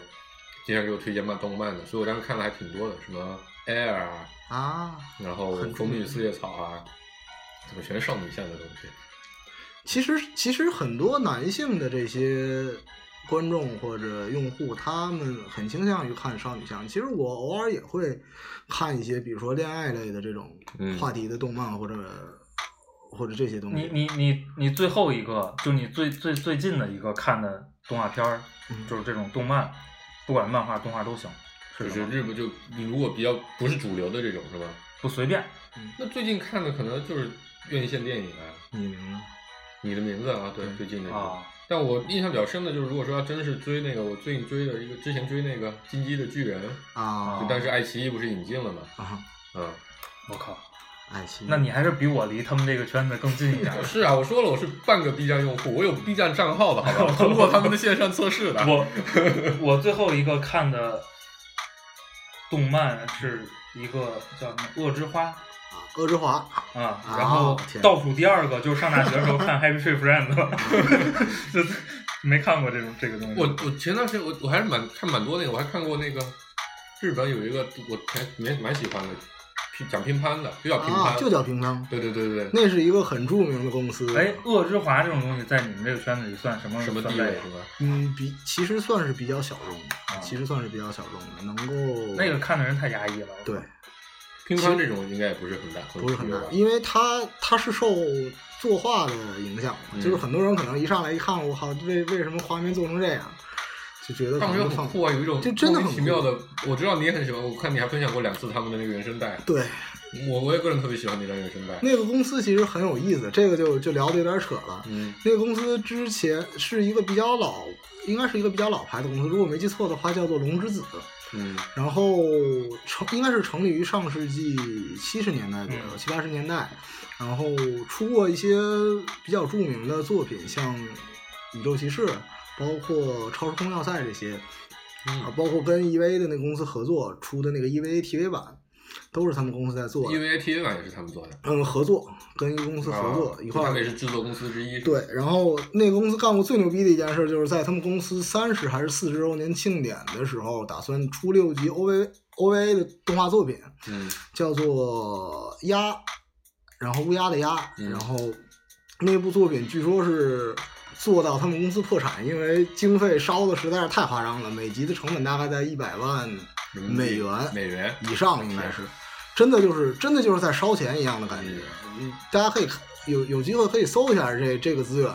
[SPEAKER 3] 经常给我推荐漫动漫的，所以我当时看的还挺多的，什么 Air 啊，
[SPEAKER 4] 啊，
[SPEAKER 3] 然后
[SPEAKER 4] 很
[SPEAKER 3] 蜂
[SPEAKER 4] 著
[SPEAKER 3] 蜜
[SPEAKER 4] 名
[SPEAKER 3] 四叶草啊，怎么全是少女向的东西？
[SPEAKER 4] 其实其实很多男性的这些观众或者用户，他们很倾向于看少女向。其实我偶尔也会看一些，比如说恋爱类的这种
[SPEAKER 3] 嗯
[SPEAKER 4] 话题的动漫或者、或者这些东
[SPEAKER 2] 你
[SPEAKER 4] 西。
[SPEAKER 2] 你你你最后一个，就你最最最近的一个看的动画片儿，
[SPEAKER 4] 嗯
[SPEAKER 2] 就是这种动漫，不管漫画、动画都行，
[SPEAKER 3] 就是
[SPEAKER 2] 什
[SPEAKER 3] 是
[SPEAKER 2] 么？
[SPEAKER 3] 日本就你如果比较不是主流的这种是吧？
[SPEAKER 2] 不随便。
[SPEAKER 3] 那最近看的可能就是院线电影啊，
[SPEAKER 4] 你明白？
[SPEAKER 3] 你的名字啊，对，最近那个。
[SPEAKER 2] 啊，
[SPEAKER 3] 但我印象比较深的就是，如果说要真是追那个，我最近追的一个，之前追那个《进击的巨人》，
[SPEAKER 4] 啊
[SPEAKER 3] 就当时爱奇艺不是引进了嘛，
[SPEAKER 4] 啊！
[SPEAKER 3] 嗯，
[SPEAKER 2] 我靠，
[SPEAKER 4] 哎爱奇艺。
[SPEAKER 2] 那你还是比我离他们这个圈子更近一
[SPEAKER 3] (laughs)
[SPEAKER 2] 点儿。
[SPEAKER 3] 是啊，我说了，我是半个 B 站用户，我有 B 站账号的，好吧？我通过他们的线上测试的。
[SPEAKER 2] 我我最后一个看的动漫是一个叫什么《恶之花》
[SPEAKER 4] 啊，恶之华，
[SPEAKER 2] 啊，然后
[SPEAKER 4] 哦天
[SPEAKER 2] 倒数第二个就是上大学的时候看《Happy Tree Friends》了，就没看过这种这个东西。
[SPEAKER 3] 我我前段时间我我还是蛮看蛮多那个，我还看过那个日本有一个我还蛮蛮喜欢的，拼讲拼盘的，就叫拼盘，
[SPEAKER 4] 啊，就叫乒乓，
[SPEAKER 3] 对对对对对，
[SPEAKER 4] 那是一个很著名的公司。
[SPEAKER 2] 哎，恶之华这种东西在你们这个圈子里算什么
[SPEAKER 3] 什么地
[SPEAKER 2] 算
[SPEAKER 3] 位
[SPEAKER 2] 类
[SPEAKER 3] 是吧？
[SPEAKER 4] 嗯，比其实算是比较小众的，
[SPEAKER 2] 啊
[SPEAKER 4] 其实算是比较小众的，能够
[SPEAKER 2] 那个看的人太压抑了。
[SPEAKER 4] 对
[SPEAKER 3] 乒乓这种应该也不是很大，
[SPEAKER 4] 不是很大
[SPEAKER 3] 吧，
[SPEAKER 4] 因为它它是受作画的影响嘛，
[SPEAKER 3] 嗯
[SPEAKER 4] 就是很多人可能一上来一看，我靠，为为什么画面做成这样，就觉得可
[SPEAKER 3] 但我觉
[SPEAKER 4] 能
[SPEAKER 3] 得
[SPEAKER 4] 放
[SPEAKER 3] 很酷啊，有一种
[SPEAKER 4] 这真的
[SPEAKER 3] 莫名其
[SPEAKER 4] 很
[SPEAKER 3] 妙
[SPEAKER 4] 酷
[SPEAKER 3] 的。我知道你也很喜欢，我看你还分享过两次他们的那个原声带，
[SPEAKER 4] 对，
[SPEAKER 3] 我我也个人特别喜欢那张原声带。
[SPEAKER 4] 那个公司其实很有意思，这个就就聊的有点扯了。
[SPEAKER 3] 嗯，
[SPEAKER 4] 那个公司之前是一个比较老，应该是一个比较老牌的公司，如果没记错的话，叫做龙之子。
[SPEAKER 3] 嗯
[SPEAKER 4] 然后成应该是成立于上世纪七十年代左右，
[SPEAKER 2] 嗯
[SPEAKER 4] 七八十年代，然后出过一些比较著名的作品，像《宇宙骑士》，包括《超时空要塞》这些，
[SPEAKER 3] 嗯
[SPEAKER 4] 啊，包括跟 EVA 的那个公司合作出的那个 E EVA TV 版，都是他们公司在做的。
[SPEAKER 3] ，EVA TV 啊版也是他们做的，
[SPEAKER 4] 嗯，合作跟一个公司合作、
[SPEAKER 3] 啊
[SPEAKER 4] 一块
[SPEAKER 3] 他
[SPEAKER 4] 儿
[SPEAKER 3] 们也是制作公司之一。，
[SPEAKER 4] 对，然后那个公司干过最牛逼的一件事，就是在他们公司三十还是四十周年庆典的时候，打算出六集 OVA OVA 的动画作品，
[SPEAKER 3] 嗯
[SPEAKER 4] 叫做《鸭》，然后乌鸦的鸭，
[SPEAKER 3] 嗯
[SPEAKER 4] 然后那部作品据说是做到他们公司破产，因为经费烧的实在是太夸张了，每集的成本大概在一百万美元
[SPEAKER 3] 美元，
[SPEAKER 4] 以上，应该是，真的就是真的就是在烧钱一样的感觉。嗯，大家可以看有有机会可以搜一下这这个资源，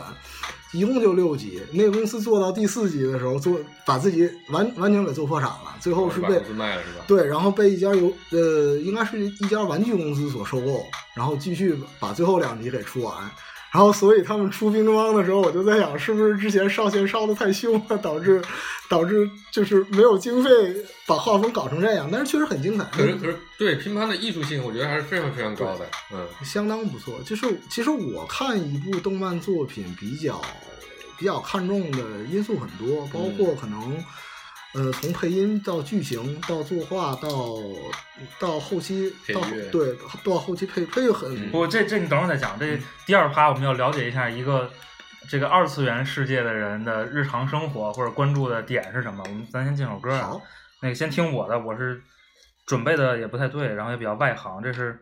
[SPEAKER 4] 一共就六集。那个公司做到第四集的时候，做把自己完完全给做破产了，最后是
[SPEAKER 3] 把
[SPEAKER 4] 被
[SPEAKER 3] 公司卖了是吧？
[SPEAKER 4] 对，然后被一家游呃，应该是一家玩具公司所收购，然后继续把最后两集给出完。然后，所以他们出乒乓的时候，我就在想，是不是之前烧钱烧的太凶了，导致导致就是没有经费把画风搞成这样？但是确实很精彩，
[SPEAKER 3] 可是可是，对乒乓的艺术性，我觉得还是非常非常高的。嗯，
[SPEAKER 4] 相当不错。就是其实我看一部动漫作品比较比较看重的因素很多，包
[SPEAKER 3] 嗯
[SPEAKER 4] 括可能、呃从配音到剧情到作画到到后期
[SPEAKER 3] 配
[SPEAKER 4] 到后
[SPEAKER 3] 乐
[SPEAKER 4] 对到后期配配乐很、
[SPEAKER 3] 嗯
[SPEAKER 2] 不，这这你等会儿再讲。这
[SPEAKER 4] 嗯
[SPEAKER 2] 第二趴我们要了解一下一个这个二次元世界的人的日常生活或者关注的点是什么。我们咱先进首歌啊
[SPEAKER 4] 好，
[SPEAKER 2] 那个先听我的，我是准备的也不太对，然后也比较外行。这是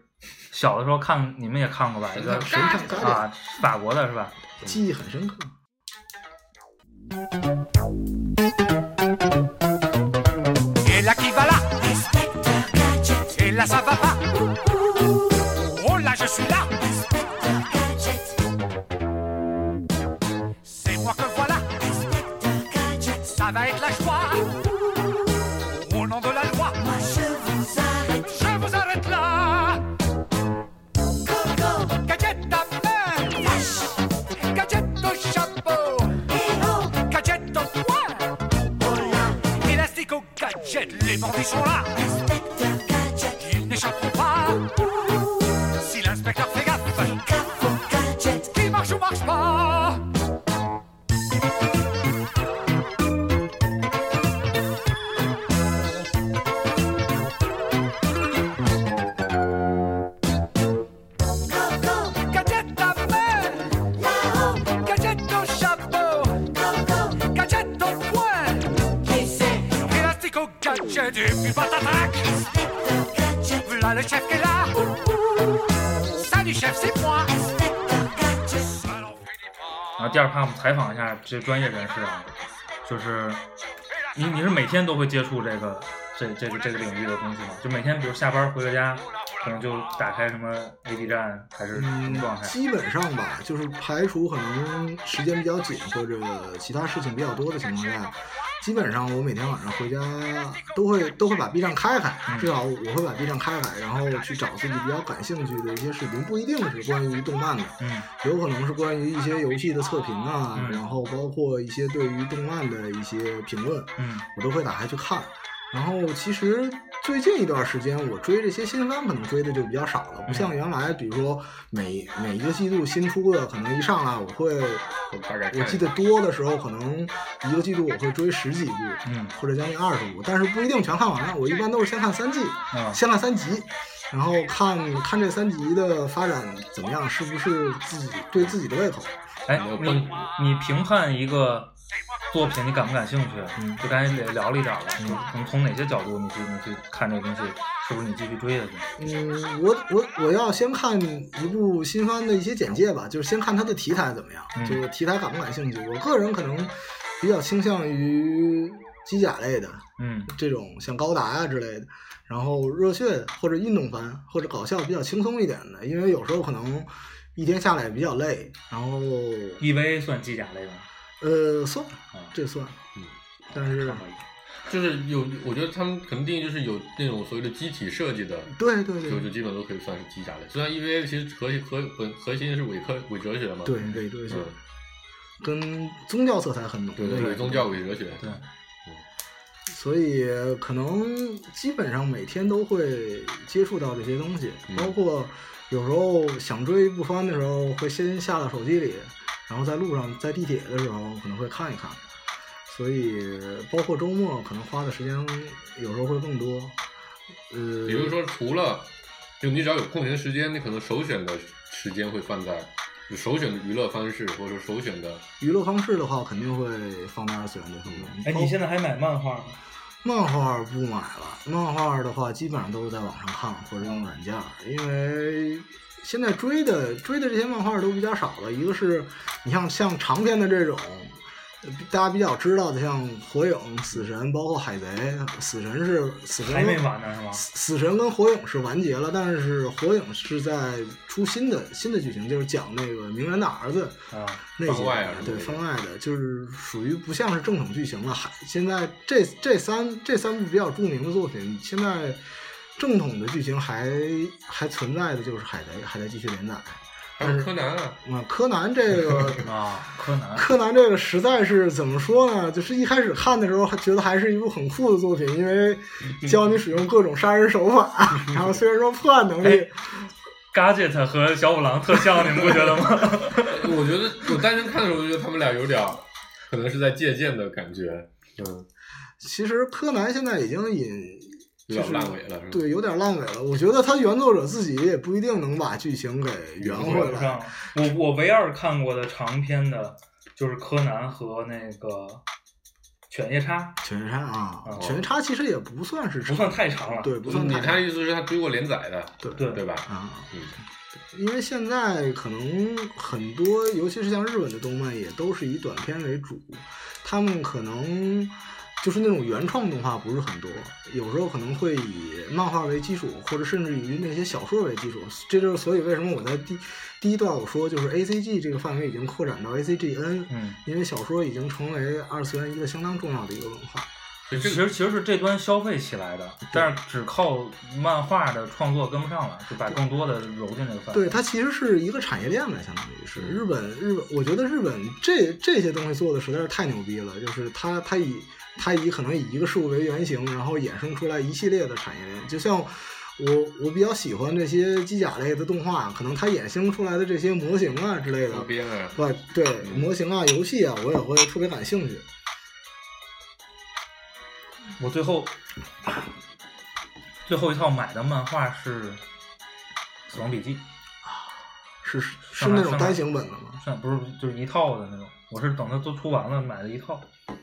[SPEAKER 2] 小的时候看，你们也看过吧？一个
[SPEAKER 4] 神探伽利略、
[SPEAKER 2] 啊，法国的是吧？
[SPEAKER 4] 记忆很深刻。
[SPEAKER 5] Et là qui va là Et là ça va pas Oh là je suis là C'est moi que voilà Ça va être la joie Au nom de la loi Je vous arrête là Gadget à main Gadget au chapeau Gadget au poing Élastique au gadget, les bandits sont là. Ils n'échapperont pas. Si l'inspecteur fait gaffe, qui marche ou marche pas. Gadget à main, gadget au chapeau, gadget au poing, élastique au gadget et puis patatrac. Voilà le chef qui est là. Salut chef, c'est moi. Alors, Philippe,
[SPEAKER 2] 然后第二趴我们采访一下这专业人士啊，就是你你是每天都会接触这个这这个这个领域的东西吗？就每天比如下班回到家，可能就打开什么 A B 站还是什么状态？
[SPEAKER 4] 嗯基本上吧，就是排除可能时间比较紧或者其他事情比较多的情况下，基本上我每天晚上回家都会都会把 B 站开开，
[SPEAKER 2] 嗯
[SPEAKER 4] 至少我会把 B 站开开，然后去找自己比较感兴趣的一些视频，不一定是关于动漫的，
[SPEAKER 2] 嗯，
[SPEAKER 4] 有可能是关于一些游戏的测评啊，
[SPEAKER 2] 嗯
[SPEAKER 4] 然后包括一些对于动漫的一些评论，
[SPEAKER 2] 嗯
[SPEAKER 4] 我都会打开去看。然后其实最近一段时间，我追这些新番可能追的就比较少了，不像原来，比如说每每一个季度新出的，可能一上来我会，
[SPEAKER 3] 我大概看
[SPEAKER 4] 我记得多的时候可能一个季度我会追十几部，
[SPEAKER 2] 嗯
[SPEAKER 4] 或者将近二十部，但是不一定全看完了。我一般都是先看三季，
[SPEAKER 2] 啊，
[SPEAKER 4] 先看三集，然后看看这三集的发展怎么样，是不是自己对自己的胃口。
[SPEAKER 2] 哎，你你评判一个作品，你感不感兴趣？
[SPEAKER 4] 嗯
[SPEAKER 2] 就刚才也聊了一点了，就从从哪些角度你去你去看这个东西，是不是你继续追下去？
[SPEAKER 4] 嗯，我我我要先看一部新番的一些简介吧，就是先看它的题材怎么样，
[SPEAKER 2] 嗯
[SPEAKER 4] 就是题材感不感兴趣。我个人可能比较倾向于机甲类的
[SPEAKER 2] 嗯
[SPEAKER 4] 这种，像高达呀、之类的，然后热血或者运动番或者搞笑比较轻松一点的，因为有时候可能一天下来也比较累，然后
[SPEAKER 2] ，EVA E 算机甲类吗？
[SPEAKER 4] 呃算
[SPEAKER 2] 嗯
[SPEAKER 4] 这算，
[SPEAKER 3] 嗯，
[SPEAKER 4] 但是
[SPEAKER 3] 就是有，我觉得他们可能定义就是有那种所谓的机体设计的，
[SPEAKER 4] 对对
[SPEAKER 3] 就就
[SPEAKER 4] 对
[SPEAKER 3] 基本都可以算是机甲类。虽然 EVA 其实核心核本核心是伪科伪哲学嘛，
[SPEAKER 4] 对对对，
[SPEAKER 3] 嗯，
[SPEAKER 4] 跟宗教色彩很浓，
[SPEAKER 3] 对对伪宗教伪哲学，
[SPEAKER 2] 对，
[SPEAKER 4] 所以可能基本上每天都会接触到这些东西，
[SPEAKER 3] 嗯
[SPEAKER 4] 包括有时候想追不番的时候，会先下到手机里，然后在路上、在地铁的时候可能会看一看。所以包括周末可能花的时间有时候会更多。呃，
[SPEAKER 3] 比如说除了就你只要有空闲时间，你可能首选的时间会放在就首选的娱乐方式，或者说首选的
[SPEAKER 4] 娱乐方式的话，肯定会放在二次元这方面。
[SPEAKER 2] 哎，
[SPEAKER 4] 包
[SPEAKER 2] 你现在还买漫画吗？
[SPEAKER 4] 漫画不买了，漫画的话基本上都是在网上看或者用软件儿，因为现在追的追的这些漫画都比较少了。一个是你像像长篇的这种，呃大家比较知道的，像火影、死神，包括海贼，死神是死神
[SPEAKER 2] 还没完呢是吗？
[SPEAKER 4] 死神跟火影是完结了，但是火影是在出新的新的剧情，就是讲那个鸣人的儿子
[SPEAKER 2] 啊，
[SPEAKER 4] 那
[SPEAKER 3] 番
[SPEAKER 4] 些
[SPEAKER 3] 外啊什么
[SPEAKER 4] 对
[SPEAKER 3] 的
[SPEAKER 4] 番外的，就是属于不像是正统剧情了。还现在这这三这三部比较著名的作品，现在正统的剧情还还存在的就是海贼，还在继续连载。
[SPEAKER 3] 还有柯南啊， (laughs)
[SPEAKER 4] 啊，柯南这个
[SPEAKER 2] 啊，柯南，
[SPEAKER 4] 柯南这个实在是怎么说呢？就是一开始看的时候还觉得还是一部很酷的作品，因为
[SPEAKER 3] (laughs)
[SPEAKER 4] 教你使用各种杀人手法， (laughs) 然后虽然说破案能力，
[SPEAKER 3] 哎
[SPEAKER 2] Gadget 和小五郎特像，你们不觉得吗？
[SPEAKER 4] (laughs)
[SPEAKER 3] 我觉得我单纯看的时候就觉得他们俩有点儿可能是在借鉴的感觉，嗯，
[SPEAKER 4] 其实柯南现在已经引
[SPEAKER 3] 有点烂尾了，是吧？
[SPEAKER 4] 对，有点烂尾了。我觉得他原作者自己也不一定能把剧情给圆回
[SPEAKER 2] 我
[SPEAKER 4] 来。
[SPEAKER 2] 上，我我唯二看过的长篇的，就是柯南和那个《犬夜叉
[SPEAKER 4] 犬夜叉啊
[SPEAKER 2] 哦，
[SPEAKER 4] 犬夜叉其实也不算是》，
[SPEAKER 2] 不算太长了。
[SPEAKER 4] 对，不算
[SPEAKER 3] 你
[SPEAKER 4] 太
[SPEAKER 3] 他意思是他追过连载的，
[SPEAKER 4] 对
[SPEAKER 2] 对
[SPEAKER 3] 对吧？
[SPEAKER 4] 啊，
[SPEAKER 3] 嗯，
[SPEAKER 4] 因为现在可能很多，尤其是像日本的动漫，也都是以短片为主，他们可能。就是那种原创动画不是很多，有时候可能会以漫画为基础，或者甚至于那些小说为基础。这就是所以为什么我在第第一段我说就是 A C G 这个范围已经扩展到 A C G N，
[SPEAKER 2] 嗯，
[SPEAKER 4] 因为小说已经成为二次元一个相当重要的一个文化。
[SPEAKER 3] 所以
[SPEAKER 2] 其
[SPEAKER 3] 这个
[SPEAKER 2] 实其实是这端消费起来的，但是只靠漫画的创作跟不上了，就把更多的揉进这个范围。
[SPEAKER 4] 对，它其实是一个产业链吧，相当于是
[SPEAKER 3] 嗯
[SPEAKER 4] 日本日本，我觉得日本这这些东西做的实在是太牛逼了，就是它它以它以可能以一个事物为原型，然后衍生出来一系列的产业链，就像。我我比较喜欢这些机甲类的动画，可能它衍生出来的这些模型啊之类的
[SPEAKER 3] 周，边啊，
[SPEAKER 4] 对对，模型啊、游戏啊，我也会特别感兴趣。
[SPEAKER 2] 我最后最后一套买的漫画是《死亡笔记》，
[SPEAKER 4] 是是是
[SPEAKER 2] 上来
[SPEAKER 4] 那种
[SPEAKER 2] 上
[SPEAKER 4] 单
[SPEAKER 2] 来
[SPEAKER 4] 行本的吗？
[SPEAKER 2] 算不是就是一套的那种，我是等它都出完了买的一套，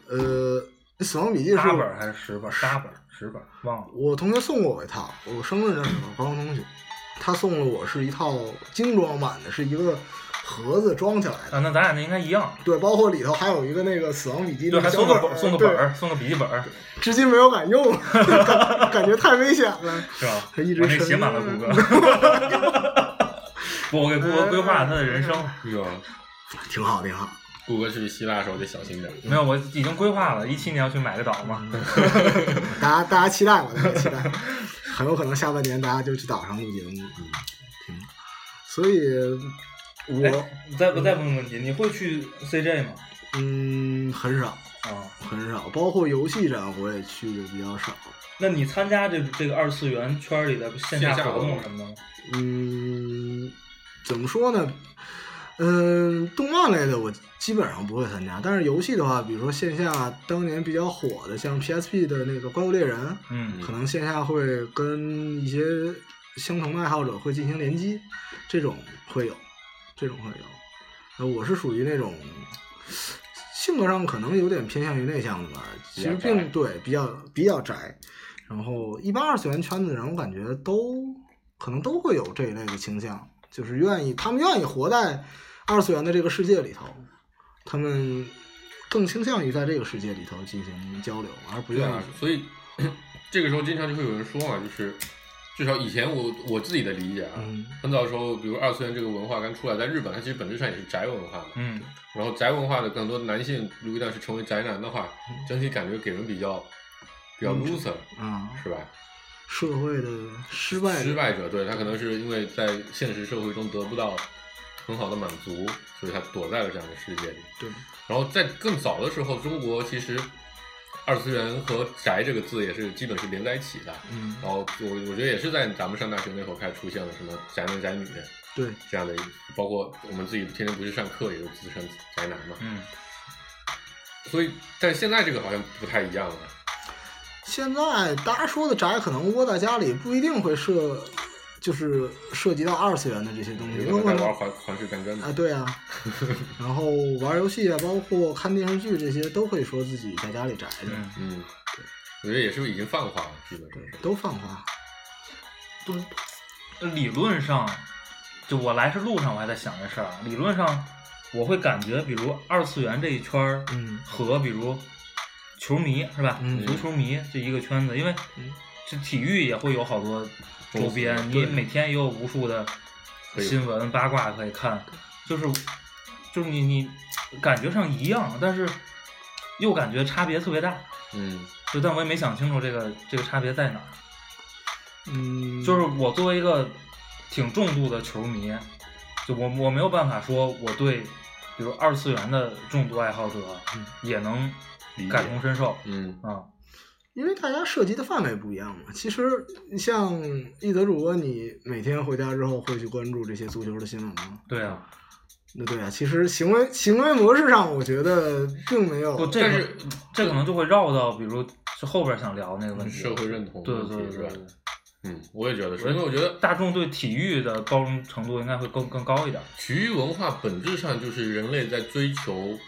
[SPEAKER 4] 呃，《死亡笔记》是
[SPEAKER 2] 八
[SPEAKER 4] 我
[SPEAKER 2] 本还是十本？八本，十本，忘了。
[SPEAKER 4] 我同学送过我一套，我生日那时候，高中同学，他送了我是一套精装版的，是一个盒子装起来的，
[SPEAKER 2] 啊，那咱俩那应该一样，
[SPEAKER 4] 对，包括里头还有一个那个《死亡笔记》
[SPEAKER 2] 对，还
[SPEAKER 4] 那个小
[SPEAKER 2] 送
[SPEAKER 4] 本
[SPEAKER 2] 个
[SPEAKER 4] 儿，
[SPEAKER 2] 本送个本
[SPEAKER 4] 对，
[SPEAKER 2] 儿，送个笔记本儿，
[SPEAKER 4] 至今没有敢用， (laughs) 感感觉太危险了。
[SPEAKER 2] 是吧？
[SPEAKER 4] 他一直
[SPEAKER 2] 我那
[SPEAKER 4] 沉
[SPEAKER 2] 写满了
[SPEAKER 4] 迷
[SPEAKER 2] 谷歌。 (laughs) 不，我给谷歌规划了他的人生，
[SPEAKER 4] 啊
[SPEAKER 3] 是吧？
[SPEAKER 4] 挺好，挺好。
[SPEAKER 3] 谷歌去希腊的时候得小心
[SPEAKER 4] (laughs)
[SPEAKER 3] 点儿。
[SPEAKER 2] 没有，我已经规划了，一七年要去买个岛嘛。嗯
[SPEAKER 4] 大家大家期待吧，大家期待，很有可能下半年大家就去岛上录节目，嗯，挺好。所以我
[SPEAKER 2] 嗯哎，我再我再问个问题，你会去 CJ 吗？
[SPEAKER 4] 嗯很少，
[SPEAKER 2] 啊，
[SPEAKER 4] 很少，包括游戏展我也去的比较少。
[SPEAKER 2] 那你参加这这个二次元圈里的线下
[SPEAKER 3] 线下
[SPEAKER 2] 活
[SPEAKER 3] 活
[SPEAKER 2] 动
[SPEAKER 3] 动
[SPEAKER 2] 什么的吗？
[SPEAKER 4] 嗯，怎么说呢？嗯，动漫类的我基本上不会参加，但是游戏的话，比如说线下当年比较火的，像 PSP 的那个《怪物猎人》，
[SPEAKER 2] 嗯
[SPEAKER 4] 可能线下会跟一些相同的爱好者会进行联机，这种会有，这种会有。呃，我是属于那种呃性格上可能有点偏向于内向的吧，其实
[SPEAKER 3] 比较宅
[SPEAKER 4] 并对比较比较宅。然后一般二次元圈子的人，我感觉都可能都会有这一类的倾向，就是愿意他们愿意活在二次元的这个世界里头，他们更倾向于在这个世界里头进行交流，而不
[SPEAKER 3] 对
[SPEAKER 4] 愿意
[SPEAKER 3] 啊，所以 (coughs) 这个时候经常就会有人说嘛，就是至少以前我我自己的理解啊，
[SPEAKER 4] 嗯
[SPEAKER 3] 很早的时候，比如二次元这个文化刚出来，在日本它其实本质上也是宅文化嘛。
[SPEAKER 2] 嗯
[SPEAKER 3] 然后宅文化的很多男性，如果一旦是成为宅男的话，
[SPEAKER 4] 嗯
[SPEAKER 3] 整体感觉给人比较比较 loser，
[SPEAKER 4] 啊。
[SPEAKER 3] 是吧？
[SPEAKER 4] 社会的失败者
[SPEAKER 3] 失败者，对他可能是因为在现实社会中得不到很好的满足，所以他躲在了这样的世界里。
[SPEAKER 4] 对，
[SPEAKER 3] 然后在更早的时候，中国其实二次元和宅这个字也是基本是连在一起的。
[SPEAKER 4] 嗯，
[SPEAKER 3] 然后我我觉得也是在咱们上大学那会儿开始出现了什么宅男宅女
[SPEAKER 4] 对，
[SPEAKER 3] 这样的，包括我们自己天天不去上课也就自称宅男嘛。
[SPEAKER 2] 嗯，
[SPEAKER 3] 所以，但现在这个好像不太一样了。
[SPEAKER 4] 现在大家说的宅可能窝在家里，不一定会涉，就是涉及到二次元的这些东西，
[SPEAKER 3] 有
[SPEAKER 4] 有
[SPEAKER 3] 可能
[SPEAKER 4] 可
[SPEAKER 3] 在玩环
[SPEAKER 4] 能
[SPEAKER 3] 环视战争
[SPEAKER 4] 啊，
[SPEAKER 3] 嘛？
[SPEAKER 4] 对啊，然后玩游戏啊，包括看电视剧这些，都会说自己在家里宅着，
[SPEAKER 2] 嗯
[SPEAKER 3] 嗯，我觉得也是已经泛化了，基本上是。
[SPEAKER 4] 都泛化。
[SPEAKER 2] 理论上，就我来是路上我还在想这事儿啊。理论上，我会感觉，比如二次元这一圈儿
[SPEAKER 4] 嗯
[SPEAKER 2] 和比如球迷是吧？
[SPEAKER 4] 嗯
[SPEAKER 2] 足球迷这一个圈子，因为
[SPEAKER 4] 嗯
[SPEAKER 2] 这体育也会有好多周边
[SPEAKER 3] 公，司
[SPEAKER 2] 你
[SPEAKER 3] 对
[SPEAKER 2] 每天也有无数的
[SPEAKER 3] 可以
[SPEAKER 2] 新闻八卦可以看，就是就是你你感觉上一样，但是又感觉差别特别大。
[SPEAKER 3] 嗯，
[SPEAKER 2] 就但我也没想清楚这个这个差别在哪儿。
[SPEAKER 4] 嗯，
[SPEAKER 2] 就是我作为一个挺重度的球迷，就我我没有办法说我对，比如二次元的重度爱好者
[SPEAKER 4] 嗯
[SPEAKER 2] 也能
[SPEAKER 3] 理
[SPEAKER 2] 感
[SPEAKER 3] 解。
[SPEAKER 2] 同身受
[SPEAKER 3] 嗯，
[SPEAKER 2] 啊。
[SPEAKER 4] 因为大家涉及的范围不一样嘛。其实像一德主播，你每天回家之后会去关注这些足球的新闻吗？
[SPEAKER 2] 对啊，
[SPEAKER 4] 那对啊，其实行为行为模式上，我觉得并没有
[SPEAKER 2] 不，这
[SPEAKER 3] 哦但
[SPEAKER 2] 个
[SPEAKER 3] 是
[SPEAKER 2] 这可能就会绕到，比如是后边想聊那个问题。
[SPEAKER 3] 社会认
[SPEAKER 2] 嗯
[SPEAKER 3] 同
[SPEAKER 2] 对
[SPEAKER 3] 问
[SPEAKER 2] 对
[SPEAKER 3] 题
[SPEAKER 2] 对
[SPEAKER 3] 是
[SPEAKER 2] 对
[SPEAKER 3] 吧？
[SPEAKER 2] 对，
[SPEAKER 3] 嗯，我也觉得是，因为我觉得
[SPEAKER 2] 大众对体育的包容程度应该会更更高一点。
[SPEAKER 3] 体育文化本质上就是人类在追求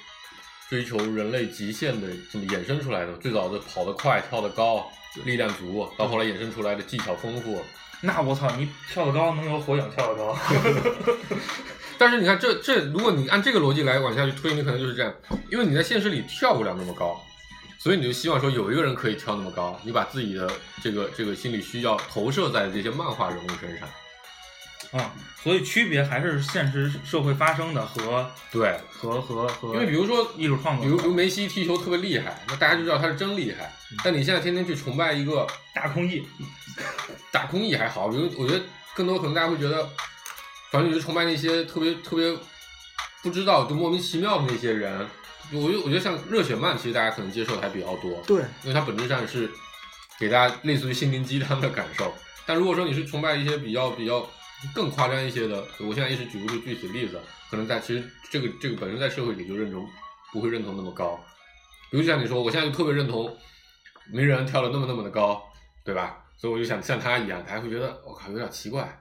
[SPEAKER 3] 追求人类极限的这么衍生出来的。最早的跑得快、跳得高、力量足，到后来衍生出来的技巧丰富。
[SPEAKER 2] 那我操，你跳得高能有火影跳得高？ (laughs)
[SPEAKER 3] 但是你看，这这，如果你按这个逻辑来往下去推，你可能就是这样，因为你在现实里跳不了那么高，所以你就希望说有一个人可以跳那么高，你把自己的这个这个心理需要投射在这些漫画人物身上。
[SPEAKER 2] 啊，所以区别还是现实社会发生的和
[SPEAKER 3] 对，
[SPEAKER 2] 和和和，
[SPEAKER 3] 因为比如说
[SPEAKER 2] 艺术创作，
[SPEAKER 3] 比如比如梅西踢球特别厉害，那大家就知道他是真厉害。但你现在天天去崇拜一个
[SPEAKER 2] 大空翼，
[SPEAKER 3] 打空翼还好，比如我觉得更多可能大家会觉得，反正你就崇拜那些特别特别不知道就莫名其妙的那些人。我就我觉得像热血漫，其实大家可能接受的还比较多，
[SPEAKER 4] 对
[SPEAKER 3] 因为它本质上是给大家类似于心灵鸡汤的感受。 (laughs) 但如果说你是崇拜一些比较比较更夸张一些的，我现在一时举不出具体例子，可能在其实这个这个本身在社会里就认同不会认同那么高。比如就像你说，我现在就特别认同名人跳的那么那么的高，对吧？所以我就想像他一样，大家会觉得我靠有点奇怪。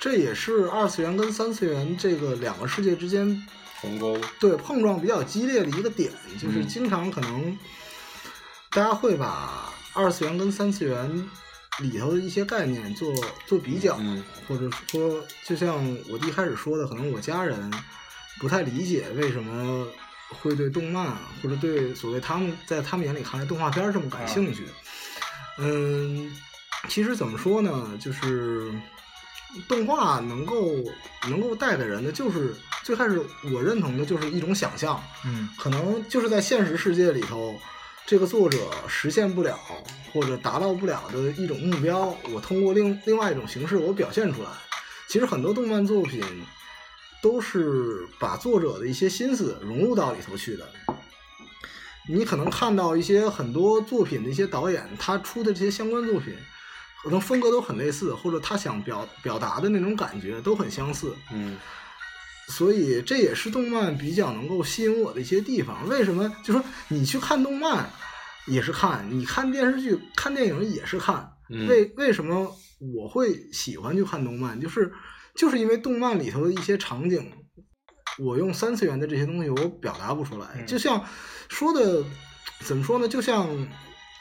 [SPEAKER 4] 这也是二次元跟三次元这个两个世界之间
[SPEAKER 3] 鸿沟，
[SPEAKER 4] 对碰撞比较激烈的一个点，就是
[SPEAKER 3] 嗯
[SPEAKER 4] 经常可能大家会把二次元跟三次元里头的一些概念做做比较，
[SPEAKER 3] 嗯
[SPEAKER 4] 或者说，就像我一开始说的，可能我家人不太理解为什么会对动漫或者对所谓他们在他们眼里看来动画片儿这么感兴趣。嗯，其实怎么说呢，就是动画能够能够带给人的，就是最开始我认同的就是一种想象，
[SPEAKER 2] 嗯
[SPEAKER 4] 可能就是在现实世界里头，这个作者实现不了或者达到不了的一种目标，我通过另另外一种形式我表现出来。其实很多动漫作品都是把作者的一些心思融入到里头去的。你可能看到一些很多作品的一些导演，他出的这些相关作品，可能风格都很类似，或者他想表表达的那种感觉都很相似。
[SPEAKER 3] 嗯，
[SPEAKER 4] 所以这也是动漫比较能够吸引我的一些地方。为什么？就说你去看动漫也是看，你看电视剧、看电影也是看。
[SPEAKER 3] 嗯
[SPEAKER 4] 为为什么我会喜欢去看动漫？就是就是因为动漫里头的一些场景，我用三次元的这些东西我表达不出来。
[SPEAKER 2] 嗯
[SPEAKER 4] 就像说的怎么说呢？就像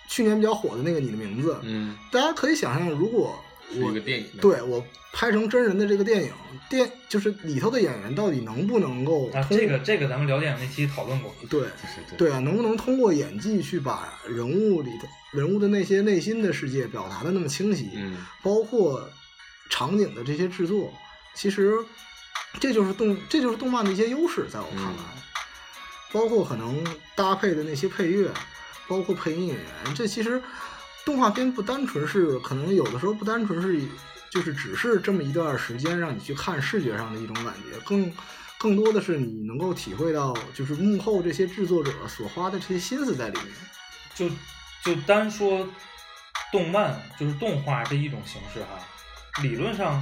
[SPEAKER 4] 去年比较火的那个《你的名字》，
[SPEAKER 3] 嗯，
[SPEAKER 4] 大家可以想象，如果
[SPEAKER 3] 是
[SPEAKER 4] 我
[SPEAKER 3] 一个电影，，
[SPEAKER 4] 对我拍成真人的这个电影，电就是里头的演员到底能不能够通、
[SPEAKER 2] 啊，这个这个咱们聊电影那期讨论过，
[SPEAKER 4] 对
[SPEAKER 3] 是对，
[SPEAKER 4] 对啊，能不能通过演技去把人物里的人物的那些内心的世界表达的那么清晰，
[SPEAKER 3] 嗯
[SPEAKER 4] 包括场景的这些制作，其实这就是动这就是动漫的一些优势，在我看来，包括可能搭配的那些配乐，包括配音演员，这其实动画片不单纯是可能有的时候不单纯是就是只是这么一段时间让你去看视觉上的一种感觉，更。更多的是你能够体会到，就是幕后这些制作者所花的这些心思在里面。
[SPEAKER 2] 就就单说动漫就是动画这一种形式哈、理论上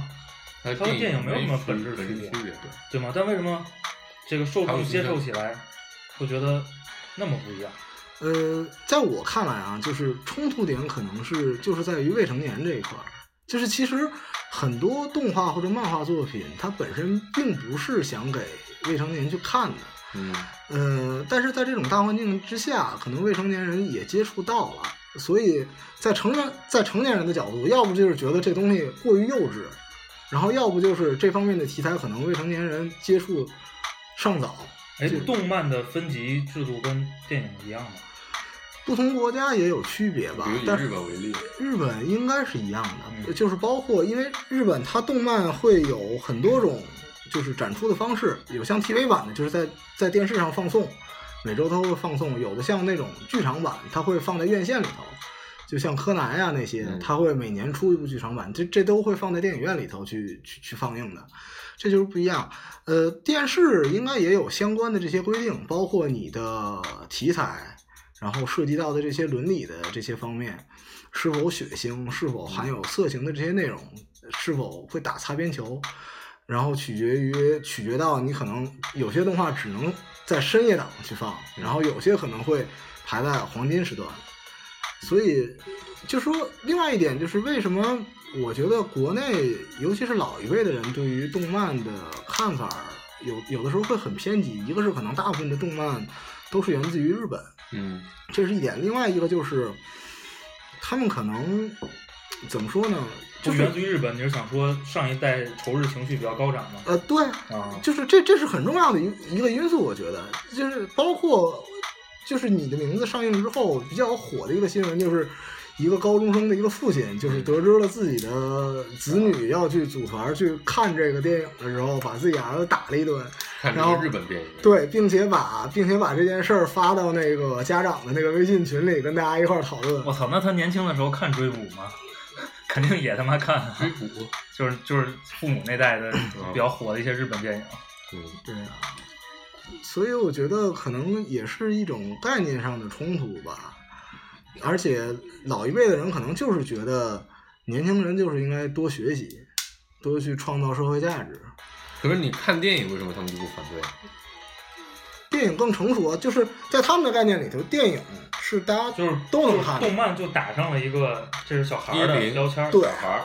[SPEAKER 3] 它
[SPEAKER 2] 它和电影没有什么
[SPEAKER 3] 本
[SPEAKER 2] 本质
[SPEAKER 3] 区
[SPEAKER 2] 区别
[SPEAKER 3] 别，对，
[SPEAKER 2] 对吗？但为什么这个受
[SPEAKER 3] 还有
[SPEAKER 2] 众接
[SPEAKER 3] 形象
[SPEAKER 2] 受起来会觉得那么不一样？
[SPEAKER 4] 呃，在我看来啊，就是冲突点可能是就是在于未成年这一块儿，就是其实很多动画或者漫画作品，它本身并不是想给未成年去看的。
[SPEAKER 3] 嗯
[SPEAKER 4] 呃，但是在这种大环境之下，可能未成年人也接触到了，所以在成人在成年人的角度，要不就是觉得这东西过于幼稚，然后要不就是这方面的题材可能未成年人接触尚早，
[SPEAKER 2] 哎
[SPEAKER 4] 这，
[SPEAKER 2] 动漫的分级制度跟电影一样吗？
[SPEAKER 4] 不同国家也有区别吧
[SPEAKER 3] 比如。以
[SPEAKER 4] 但是
[SPEAKER 3] 日本为例，
[SPEAKER 4] 日本应该是一样的，
[SPEAKER 2] 嗯
[SPEAKER 4] 就是包括因为日本它动漫会有很多种就是展出的方式，有像 TV 版的，就是在在电视上放送，每周它会放送；有的像那种剧场版，它会放在院线里头，就像柯南呀、那些
[SPEAKER 3] 嗯，
[SPEAKER 4] 它会每年出一部剧场版，这这都会放在电影院里头去去去放映的，这就是不一样。呃，电视应该也有相关的这些规定，包括你的题材，然后涉及到的这些伦理的这些方面，是否血腥，是否含有色情的这些内容，是否会打擦边球，然后取决于取决到你可能有些动画只能在深夜档去放，然后有些可能会排在黄金时段。所以就说另外一点就是为什么我觉得国内尤其是老一辈的人对于动漫的看法有有的时候会很偏激，一个是可能大部分的动漫都是源自于日本，
[SPEAKER 3] 嗯
[SPEAKER 4] 这是一点；另外一个就是他们可能怎么说呢，就
[SPEAKER 2] 不
[SPEAKER 4] 是
[SPEAKER 2] 源自于日本，你是想说上一代仇日情绪比较高涨吗？
[SPEAKER 4] 呃对，
[SPEAKER 2] 啊，
[SPEAKER 4] 就是这这是很重要的一一个因素，我觉得就是包括就是你的名字上映之后比较火的一个新闻，就是一个高中生的一个父亲，就是得知了自己的子女要去组团去看这个电影的时候，把自己儿子打了一顿，
[SPEAKER 3] 看这
[SPEAKER 4] 然
[SPEAKER 3] 个
[SPEAKER 4] 后
[SPEAKER 3] 日本电影，
[SPEAKER 4] 对，并且把并且把这件事儿发到那个家长的那个微信群里，跟大家一块儿讨论。
[SPEAKER 2] 我操，那他年轻的时候看追捕吗？ (laughs) 肯定也他妈看、啊，
[SPEAKER 3] 追捕，
[SPEAKER 2] 就是就是父母那代的
[SPEAKER 4] 嗯
[SPEAKER 2] 比较火的一些日本电影。
[SPEAKER 3] 嗯
[SPEAKER 4] 对啊，所以我觉得可能也是一种概念上的冲突吧。而且老一辈的人可能就是觉得年轻人就是应该多学习，多去创造社会价值。
[SPEAKER 3] 可是你看电影，为什么他们就不反对？
[SPEAKER 4] 电影更成熟，啊，就是在他们的概念里头，电影是大家
[SPEAKER 2] 就是
[SPEAKER 4] 都能看
[SPEAKER 2] 动漫就打上了一个这是小孩儿的
[SPEAKER 3] 一零
[SPEAKER 2] 标签儿。
[SPEAKER 4] 对，
[SPEAKER 3] 小孩儿，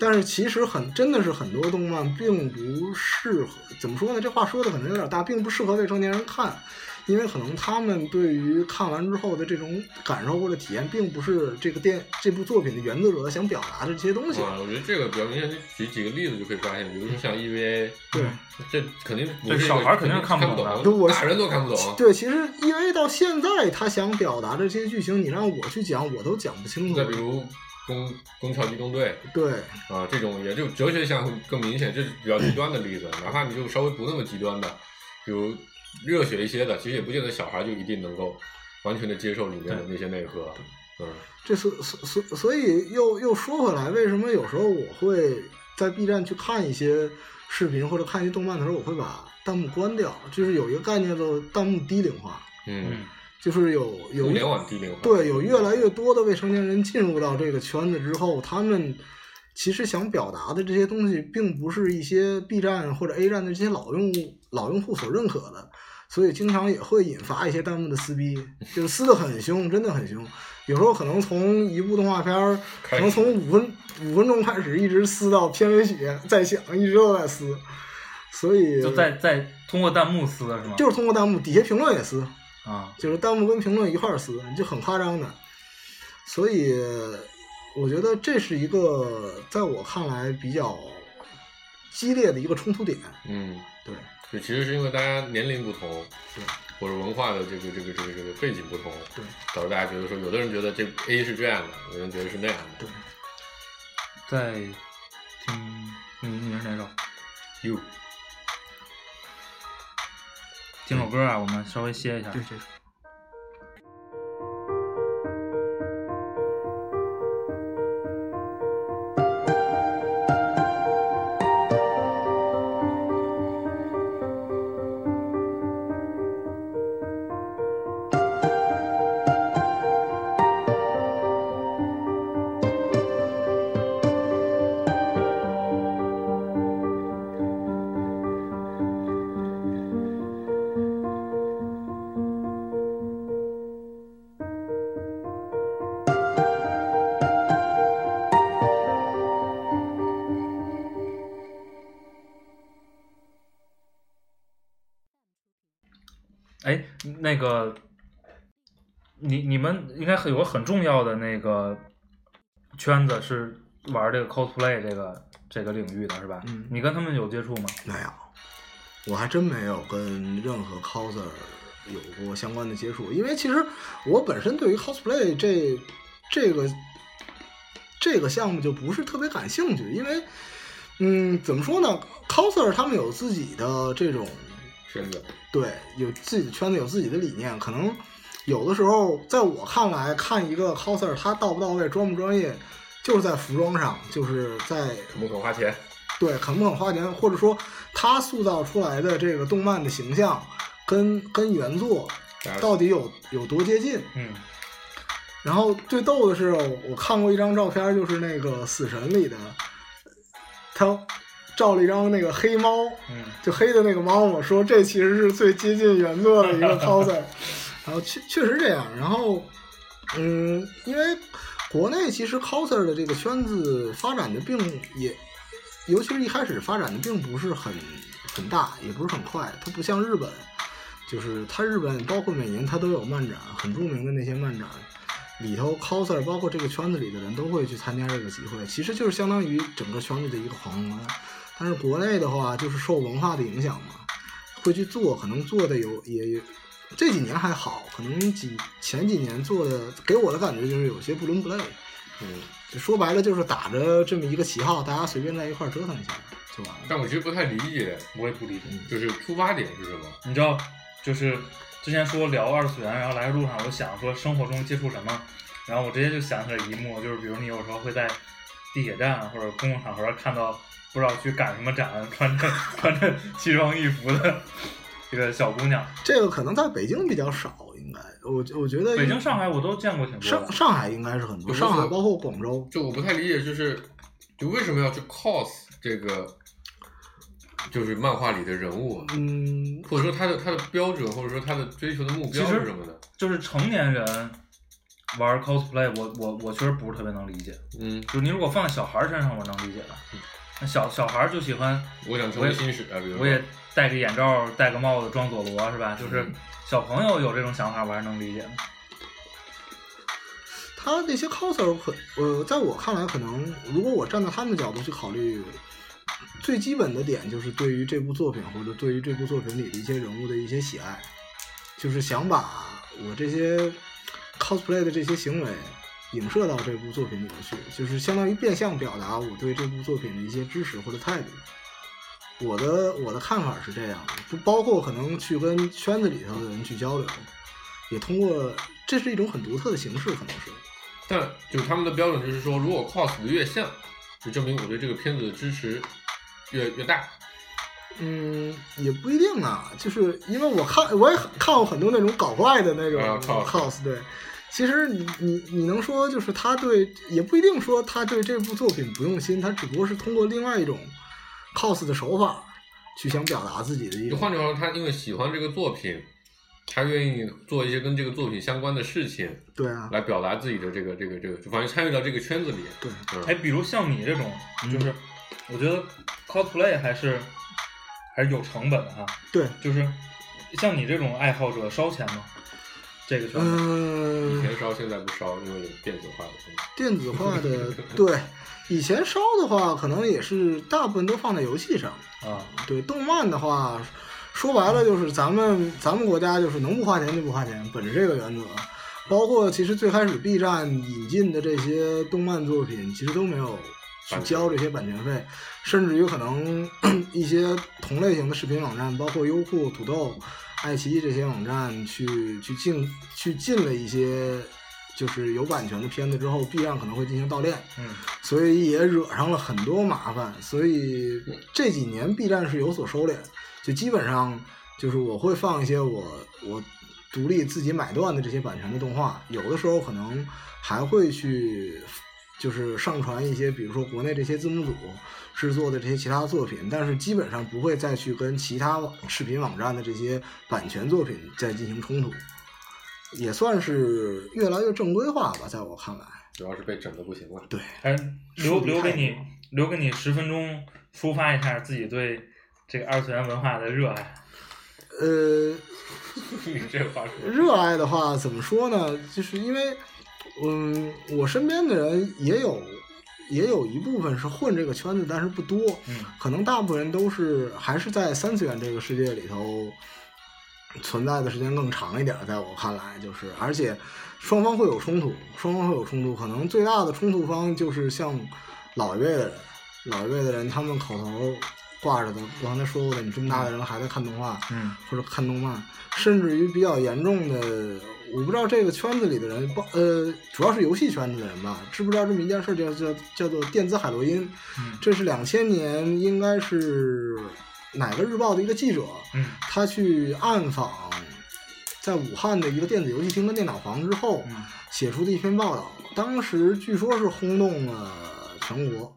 [SPEAKER 4] 但是其实很真的是很多动漫并不适合，怎么说呢？这话说的可能有点大，并不适合未成年人看，因为可能他们对于看完之后的这种感受或者体验，并不是这个电这部作品的原作者想表达的这些东西。
[SPEAKER 3] 哇，我觉得这个比较明显，举几个例子就可以发现，比如说像 EVA，
[SPEAKER 4] 对
[SPEAKER 3] 这肯定不
[SPEAKER 2] 对
[SPEAKER 3] 是一个
[SPEAKER 2] 小孩儿肯定是
[SPEAKER 3] 看
[SPEAKER 2] 看不
[SPEAKER 3] 不
[SPEAKER 2] 懂的
[SPEAKER 4] 我
[SPEAKER 3] 大人都看不懂。
[SPEAKER 4] 对，其实因为到现在他想表达的这些剧情，你让我去讲，我都讲不清楚
[SPEAKER 3] 再。比如宫宫桥机动队
[SPEAKER 4] 对，
[SPEAKER 3] 啊，这种也就哲学上更明显，这是比较极端的例子。哪怕你就稍微不那么极端的，比如热血一些的，其实也不见得小孩就一定能够完全的接受里面的那些内核。嗯
[SPEAKER 4] 这所所所所以又又说回来，为什么有时候我会在 B 站去看一些视频或者看一些动漫的时候，我会把弹幕关掉，就是有一个概念叫做弹幕低龄化，
[SPEAKER 3] 嗯
[SPEAKER 2] 嗯，
[SPEAKER 4] 就是有有
[SPEAKER 3] 互联网低龄化，
[SPEAKER 4] 对，有越来越多的未成年人进入到这个圈子之后，他们其实想表达的这些东西，并不是一些 B 站或者 A 站的这些老用户老用户所认可的，所以经常也会引发一些弹幕的撕逼，就是撕的很凶，真的很凶。有时候可能从一部动画片儿，可能从五分五分钟开始，一直撕到片尾曲，再响，一直都在撕，所以
[SPEAKER 2] 嗯就在在通过弹幕撕是吗？
[SPEAKER 4] 就是通过弹幕底下评论也撕，
[SPEAKER 2] 啊，
[SPEAKER 4] 就是弹幕跟评论一块儿撕，就很夸张的。所以我觉得这是一个在我看来比较激烈的一个冲突点。
[SPEAKER 3] 嗯，
[SPEAKER 4] 对，
[SPEAKER 3] 就其实是因为大家年龄不同，
[SPEAKER 4] 对
[SPEAKER 3] 或者文化的这个这个这个这个背景不同，
[SPEAKER 4] 对，
[SPEAKER 3] 导致大家觉得说，有的人觉得这 A 是这样的，有的人觉得是那样的。
[SPEAKER 2] 在听你你是哪首？
[SPEAKER 3] You
[SPEAKER 2] 听首歌啊，我们稍微歇一下。
[SPEAKER 4] 对，这是
[SPEAKER 2] 哎，那个，你你们应该很有个很重要的那个圈子是玩这个 cosplay 这个这个领域的是吧？
[SPEAKER 4] 嗯
[SPEAKER 2] 你跟他们有接触吗？
[SPEAKER 4] 没有，哎我还真没有跟任何 coser 有过相关的接触，因为其实我本身对于 cosplay 这这个这个项目就不是特别感兴趣，因为嗯，怎么说呢，coser 他们有自己的这种
[SPEAKER 3] 身子，
[SPEAKER 4] 对，有自己的圈子，有自己的理念。可能有的时候，在我看来，看一个 coser 他到不到位，专不专业，就是在服装上，就是在
[SPEAKER 3] 肯不肯花钱？
[SPEAKER 4] 对肯不肯花钱，或者说他塑造出来的这个动漫的形象，跟跟原作
[SPEAKER 3] 大家
[SPEAKER 4] 到底有有多接近。
[SPEAKER 2] 嗯，
[SPEAKER 4] 然后最逗的是，我看过一张照片，就是那个《死神》里的，他照了一张那个黑猫，
[SPEAKER 2] 嗯，
[SPEAKER 4] 就黑的那个猫嘛，说这其实是最接近原作的一个 coser，然后确确实这样，然后嗯，因为国内其实 coser 的这个圈子发展的并也，尤其是一开始发展的并不是很很大，也不是很快，它不像日本，就是它日本包括每年它都有漫展，很著名的那些漫展。里头 coser 包括这个圈子里的人都会去参加这个集会，其实就是相当于整个圈子的一个狂欢。但是国内的话，就是受文化的影响嘛，会去做，可能做的有也有这几年还好，可能几前几年做的，给我的感觉就是有些不伦不类。
[SPEAKER 3] 嗯，
[SPEAKER 4] 就说白了，就是打着这么一个旗号，大家随便在一块儿折腾一下就完了。
[SPEAKER 3] 但我其实不太理解，
[SPEAKER 2] 我也不理解。
[SPEAKER 3] 就是出发点是什么？
[SPEAKER 2] 你知道，就是之前说聊二次元，然后来的路上我就想说生活中接触什么，然后我直接就想起来一幕，就是比如你有时候会在地铁站或者公共场合看到不知道去赶什么展，穿着穿着奇装 (laughs) 异服的这个小姑娘，
[SPEAKER 4] 这个可能在北京比较少，应该我我觉得
[SPEAKER 2] 北京、上海我都见过挺多
[SPEAKER 4] 上
[SPEAKER 2] 的。
[SPEAKER 4] 上海应该是很
[SPEAKER 3] 有
[SPEAKER 4] 多，
[SPEAKER 3] 的
[SPEAKER 4] 上海
[SPEAKER 3] 时候
[SPEAKER 4] 包括广州，
[SPEAKER 3] 就我不太理解，就是就为什么要去 cos 这个，就是漫画里的人物，啊
[SPEAKER 4] 嗯，
[SPEAKER 3] 或者说他的他的标准，或者说他的追求的目标
[SPEAKER 2] 其实
[SPEAKER 3] 是什么的？
[SPEAKER 2] 就是成年人玩 cosplay，我我我确实不是特别能理解。
[SPEAKER 3] 嗯，
[SPEAKER 2] 就是你如果放在小孩身上，我能理解的。那小小孩就喜欢
[SPEAKER 3] 我想成为新史，嗯啊比如说嗯
[SPEAKER 2] 我也戴个眼罩，戴个帽子装佐罗是吧？就是小朋友有这种想法，我还是能理解的。
[SPEAKER 4] 他那些 coser 可呃，在我看来，可能如果我站在他们的角度去考虑，最基本的点就是对于这部作品或者对于这部作品里的一些人物的一些喜爱，就是想把我这些 cosplay 的这些行为影射到这部作品里面去，就是相当于变相表达我对这部作品的一些支持或者态度。我的我的看法是这样的，不包括可能去跟圈子里头的人去交流，也通过这是一种很独特的形式，可能是。
[SPEAKER 3] 但就是他们的标准就是说，如果 cos 的越像，就证明我对这个片子的支持越越大。
[SPEAKER 4] 嗯，也不一定啊，就是因为我看我也看过很多那种搞怪的那种
[SPEAKER 3] 啊，cos
[SPEAKER 4] cos，对。其实你你你能说就是他对，也不一定说他对这部作品不用心，他只不过是通过另外一种 cos 的手法去想表达自己的一
[SPEAKER 3] 就
[SPEAKER 4] 种。
[SPEAKER 3] 换句话说，他因为喜欢这个作品，他愿意做一些跟这个作品相关的事情，
[SPEAKER 4] 对啊，
[SPEAKER 3] 来表达自己的这个这个这个，就反正参与到这个圈子里。
[SPEAKER 4] 对，
[SPEAKER 2] 哎，
[SPEAKER 3] 嗯，
[SPEAKER 2] 比如像你这种，就是我觉得 cosplay 还是还是有成本的哈、
[SPEAKER 4] 对，
[SPEAKER 2] 就是像你这种爱好者烧钱吗？这个圈子
[SPEAKER 4] 嗯、
[SPEAKER 3] 以前烧，现在不烧，因为有电子化的东西。
[SPEAKER 4] 电子化的
[SPEAKER 3] (laughs)
[SPEAKER 4] 对，以前烧的话，可能也是大部分都放在游戏上。
[SPEAKER 3] 嗯
[SPEAKER 2] 啊，
[SPEAKER 4] 对，动漫的话，说白了就是咱们咱们国家就是能不花钱就不花钱，本着这个原则。包括其实最开始 B 站引进的这些动漫作品，其实都没有去交这些版权费，甚至于可能 (clears throat) 一些同类型的视频网站，包括优酷、土豆、爱奇艺这些网站去去进去进了一些就是有版权的片子之后，B 站可能会进行盗链。
[SPEAKER 2] 嗯，
[SPEAKER 4] 所以也惹上了很多麻烦。所以这几年 B 站是有所收敛，就基本上就是我会放一些我我独立自己买断的这些版权的动画，有的时候可能还会去就是上传一些，比如说国内这些字幕组制作的这些其他作品，但是基本上不会再去跟其他网视频网站的这些版权作品再进行冲突。也算是越来越正规化吧，在我看来，
[SPEAKER 3] 主要是被整的不行了。
[SPEAKER 4] 对，
[SPEAKER 2] 还是留
[SPEAKER 4] 数据
[SPEAKER 2] 留给
[SPEAKER 4] 太
[SPEAKER 2] 你
[SPEAKER 4] 多了
[SPEAKER 2] 留给你十分钟，抒发一下自己对这个二次元文化的热
[SPEAKER 4] (laughs)
[SPEAKER 2] 爱。
[SPEAKER 4] 呃，
[SPEAKER 3] 你这话说的，
[SPEAKER 4] 热爱的话，怎么说呢？就是因为，嗯，我身边的人也有，也有一部分是混这个圈子，但是不多。
[SPEAKER 2] 嗯
[SPEAKER 4] 可能大部分人都是还是在三次元这个世界里头存在的时间更长一点儿，在我看来就是，而且双方会有冲突，双方会有冲突，可能最大的冲突方就是像老一辈的人，老一辈的人他们口头挂着的，我刚才说过的，你这么大的人还在看动画，
[SPEAKER 2] 嗯
[SPEAKER 4] 或者看动漫，甚至于比较严重的，我不知道这个圈子里的人，包呃，主要是游戏圈子的人吧，知不知道这么一件事儿叫叫叫做电子海洛因？
[SPEAKER 2] 嗯
[SPEAKER 4] 这是两千年应该是哪个日报的一个记者，
[SPEAKER 2] 嗯
[SPEAKER 4] 他去暗访在武汉的一个电子游戏厅跟电脑房之后，
[SPEAKER 2] 嗯
[SPEAKER 4] 写出的一篇报道，当时据说是轰动了全国，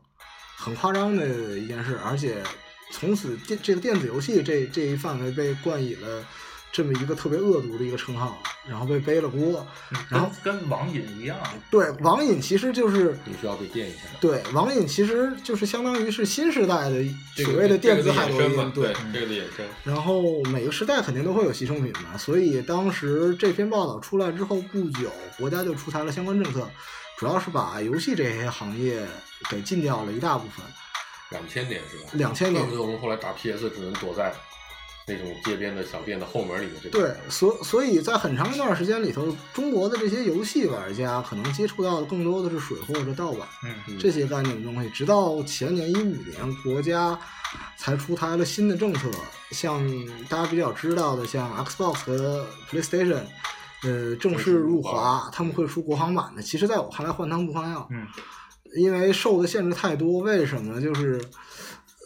[SPEAKER 4] 很夸张的一件事，而且从此电这个电子游戏这这一范围被冠以了这么一个特别恶毒的一个称号，然后被背了锅。
[SPEAKER 2] 嗯，
[SPEAKER 4] 然后
[SPEAKER 2] 跟跟网瘾一样，
[SPEAKER 4] 对，网瘾其实就是
[SPEAKER 3] 你需要被电一下。
[SPEAKER 4] 对网瘾其实就是相当于是新时代的
[SPEAKER 3] 这个
[SPEAKER 4] 所谓的电子
[SPEAKER 3] 这个
[SPEAKER 4] 海
[SPEAKER 3] 的
[SPEAKER 4] 洛
[SPEAKER 3] 衍生嘛
[SPEAKER 4] 因，，
[SPEAKER 3] 对，这个的衍生。
[SPEAKER 4] 然后每个时代肯定都会有牺牲品嘛，所以当时这篇报道出来之后不久，国家就出台了相关政策，主要是把游戏这些行业给禁掉了一大部分。
[SPEAKER 3] 两千年是吧？
[SPEAKER 4] 两千年
[SPEAKER 3] 怪不得我们后来打 PS 只能躲在那种街边的小店的后门里面。这
[SPEAKER 4] 对
[SPEAKER 3] 个，
[SPEAKER 4] 所所以在很长一段时间里头，中国的这些游戏玩家可能接触到的更多的是水货或者盗版
[SPEAKER 2] 嗯
[SPEAKER 4] 这些概念的东西，直到前年一五年，国家才出台了新的政策，像大家比较知道的，像 Xbox 和 PlayStation，呃，正式入华，他们会出国行版的。其实，在我看来，换汤不换药，
[SPEAKER 2] 嗯
[SPEAKER 4] 因为受的限制太多。为什么？就是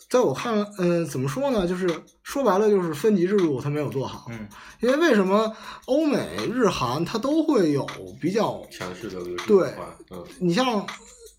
[SPEAKER 4] 在我看，嗯、怎么说呢？就是说白了，就是分级制度它没有做好。
[SPEAKER 2] 嗯
[SPEAKER 4] 因为为什么欧美、日韩它都会有比较
[SPEAKER 3] 强势的游戏
[SPEAKER 4] 对
[SPEAKER 3] 文化，嗯，
[SPEAKER 4] 你像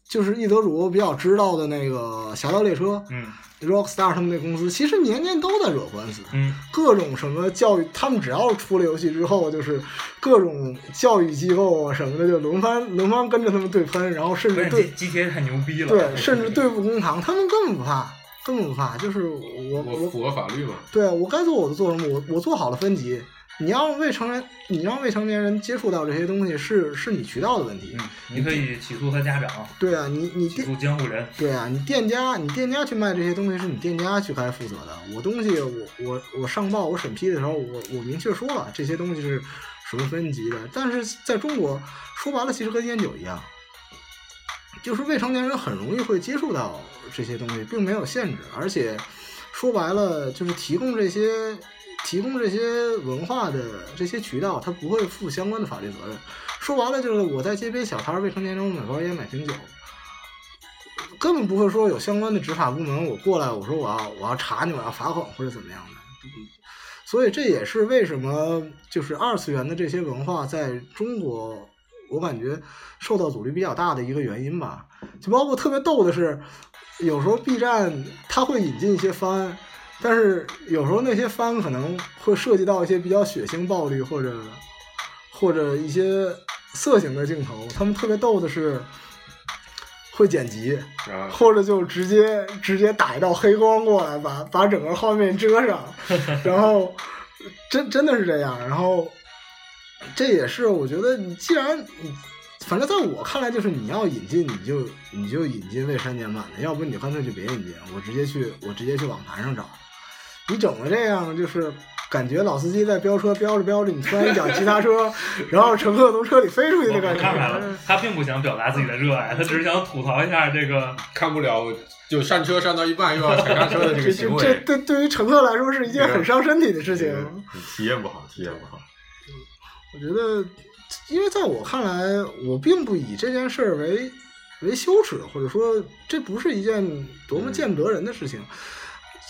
[SPEAKER 4] 就是一德主比较知道的那个《侠盗猎车
[SPEAKER 2] 嗯》
[SPEAKER 4] Rockstar 他们那公司，其实年年都在惹官司，
[SPEAKER 2] 嗯
[SPEAKER 4] 各种什么教育，他们只要出了游戏之后，就是各种教育机构啊什么的就轮番轮番跟着他们对喷，然后甚
[SPEAKER 2] 不
[SPEAKER 4] 至
[SPEAKER 2] 是
[SPEAKER 4] 对
[SPEAKER 2] 你这 GTA 太牛逼了，
[SPEAKER 4] 对，甚至对簿公堂，他们根本不怕，根本不怕，就是我
[SPEAKER 3] 我符合法律嘛？
[SPEAKER 4] 对啊，我该做我就做什么，我我做好了分级。你让未成年，你让未成年人接触到这些东西是是你渠道的问题。
[SPEAKER 2] 嗯，你可以起诉他家长，
[SPEAKER 4] 对啊，你你
[SPEAKER 2] 起
[SPEAKER 4] 店
[SPEAKER 2] 诉监护人，
[SPEAKER 4] 对啊，你店家你店家去卖这些东西是你店家去该负责的。我东西我我我上报我审批的时候，我我明确说了这些东西是什么分级的。但是在中国说白了，其实跟烟酒一样，就是未成年人很容易会接触到这些东西，并没有限制，而且说白了就是提供这些提供这些文化的这些渠道，他不会负相关的法律责任。说白了就是我在街边小摊儿，未成年人我买包烟买瓶酒，根本不会说有相关的执法部门我过来，我说我要我要查你，我要罚款或者怎么样的。嗯所以这也是为什么就是二次元的这些文化在中国，我感觉受到阻力比较大的一个原因吧。就包括特别逗的是，有时候 B 站它会引进一些番，但是有时候那些番可能会涉及到一些比较血腥、暴力或者或者一些色情的镜头。他们特别逗的是会剪辑，
[SPEAKER 3] 啊，
[SPEAKER 4] 或者就直接直接打一道黑光过来，把把整个画面遮
[SPEAKER 2] (laughs)
[SPEAKER 4] 上，然后真真的是这样，然后这也是我觉得你既然你。反正在我看来，就是你要引进，你就你就引进未删减版的，要不你就干脆就别引进，我直接去我直接去网盘上找。你整的这样，就是感觉老司机在飙车，飙着飙着，你突然一脚急 (laughs) 刹车，然后乘客从车里飞出去的感
[SPEAKER 2] 我看出来
[SPEAKER 4] 觉
[SPEAKER 2] 了。，他并不想表达自己的热爱，他只是想吐槽一下这个
[SPEAKER 3] 看不了就上车上到一半又要踩刹车的这个
[SPEAKER 4] 这
[SPEAKER 3] 行
[SPEAKER 4] 这这
[SPEAKER 3] 为，
[SPEAKER 4] 对对于乘客来说是一件很伤身体的事情。
[SPEAKER 3] 嗯体验不好，体验不好。
[SPEAKER 4] 我觉得，因为在我看来，我并不以这件事儿为为羞耻，或者说这不是一件多
[SPEAKER 3] 嗯
[SPEAKER 4] 么见不得人的事情。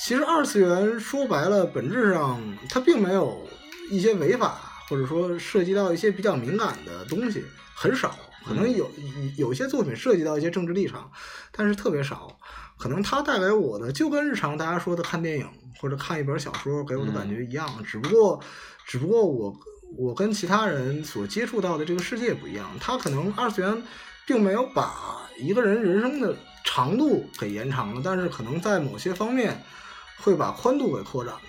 [SPEAKER 4] 其实二次元说白了，本质上它并没有一些违法，或者说涉及到一些比较敏感的东西，很少。可
[SPEAKER 3] 嗯
[SPEAKER 4] 能有有一些作品涉及到一些政治立场，但是特别少。可能它带给我的就跟日常大家说的看电影或者看一本小说给我的感觉一样，只不过，只不过我我跟其他人所接触到的这个世界不一样，他可能二次元并没有把一个人人生的长度给延长了，但是可能在某些方面会把宽度给扩展了。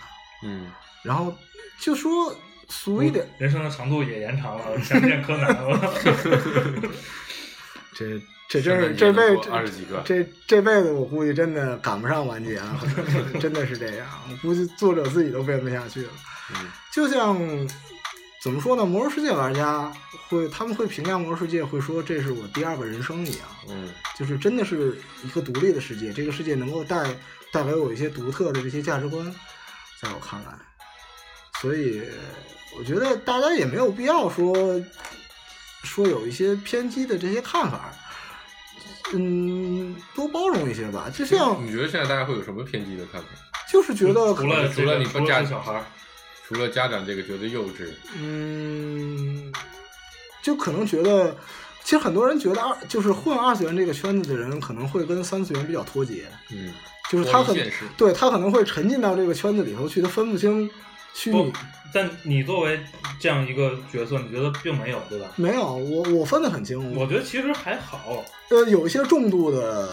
[SPEAKER 3] 嗯，
[SPEAKER 4] 然后就说俗一点，
[SPEAKER 2] 人生的长度也延长了，想见柯南
[SPEAKER 4] (laughs)
[SPEAKER 2] 了。 (laughs)
[SPEAKER 4] 这这真是这
[SPEAKER 3] 圣诞节能
[SPEAKER 4] 辈
[SPEAKER 3] 过二十几个，
[SPEAKER 4] 这这辈子我估计真的赶不上完结了，真的是这样。我估计作者自己都编不下去了。
[SPEAKER 3] 嗯
[SPEAKER 4] 就像怎么说呢，《魔兽世界》玩家会他们会评价《魔兽世界》，会说这是我第二个人生啊一样，
[SPEAKER 3] 嗯
[SPEAKER 4] 就是真的是一个独立的世界，这个世界能够带带给我一些独特的这些价值观，在我看来，所以我觉得大家也没有必要说说有一些偏激的这些看法。嗯，多包容一些吧，就像
[SPEAKER 3] 你觉得现在大家会有什么偏激的看法？
[SPEAKER 4] 就是觉得可
[SPEAKER 2] 除
[SPEAKER 4] 能
[SPEAKER 2] 了
[SPEAKER 3] 嗯除了你
[SPEAKER 2] 不
[SPEAKER 3] 不嫁
[SPEAKER 2] 是小孩儿，
[SPEAKER 3] 除了家长这个觉得幼稚，
[SPEAKER 4] 嗯，就可能觉得，其实很多人觉得二就是混二次元这个圈子的人，可能会跟三次元比较脱节，
[SPEAKER 3] 嗯，
[SPEAKER 4] 就是他
[SPEAKER 3] 脱
[SPEAKER 4] 可
[SPEAKER 3] 离
[SPEAKER 4] 能
[SPEAKER 3] 现实
[SPEAKER 4] 对他可能会沉浸到这个圈子里头去，他分不清虚拟
[SPEAKER 2] 不。但你作为这样一个角色，你觉得并没有对吧？
[SPEAKER 4] 没有，我我分得很清，
[SPEAKER 2] 我觉得其实还好，
[SPEAKER 4] 呃有一些重度的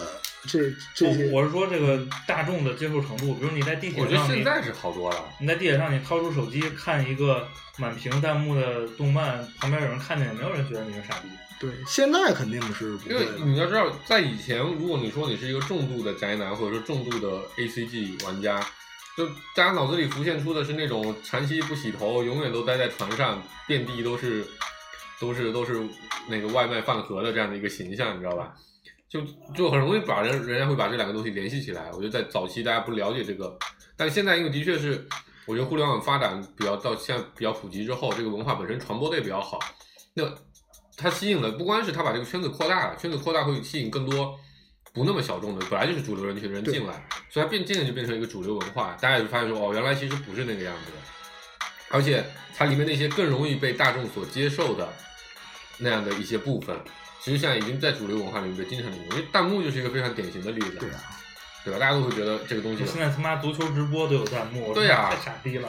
[SPEAKER 4] 这这些
[SPEAKER 2] 我，我是说这个大众的接受程度，比如你在地
[SPEAKER 3] 我
[SPEAKER 2] 铁
[SPEAKER 3] 觉得
[SPEAKER 2] 上，
[SPEAKER 3] 现
[SPEAKER 2] 你
[SPEAKER 3] 在是好多了。
[SPEAKER 2] 你在地铁上，你掏出手机看一个满屏弹幕的动漫，旁边有人看见，也没有人觉得你是傻逼。
[SPEAKER 4] 对现在肯定是不
[SPEAKER 3] 因为
[SPEAKER 4] 会的。
[SPEAKER 3] 你要知道，在以前，如果你说你是一个重度的宅男，或者说重度的 A C G 玩家，就大家脑子里浮现出的是那种长期不洗头，永远都待在床上，遍地都是都是都是那个外卖饭盒的这样的一个形象，你知道吧？就就很容易把人人家会把这两个东西联系起来。我觉得在早期大家不了解这个，但现在因为的确是，我觉得互联网发展比较到现在比较普及之后，这个文化本身传播的也比较好，那它吸引了不光是它把这个圈子扩大了，圈子扩大会吸引更多不那么小众的，本来就是主流人群的人
[SPEAKER 4] 对
[SPEAKER 3] 进来，所以它变渐渐就变成一个主流文化，大家就发现说哦，原来其实不是那个样子的，而且它里面那些更容易被大众所接受的那样的一些部分。其实现在已经在主流文化里面被经常利用，因为弹幕就是一个非常典型的例子，
[SPEAKER 4] 对啊，
[SPEAKER 3] 对吧？大家都会觉得这个东西
[SPEAKER 2] 就现在他妈足球直播都有弹幕，
[SPEAKER 3] 对呀
[SPEAKER 2] 太傻逼了。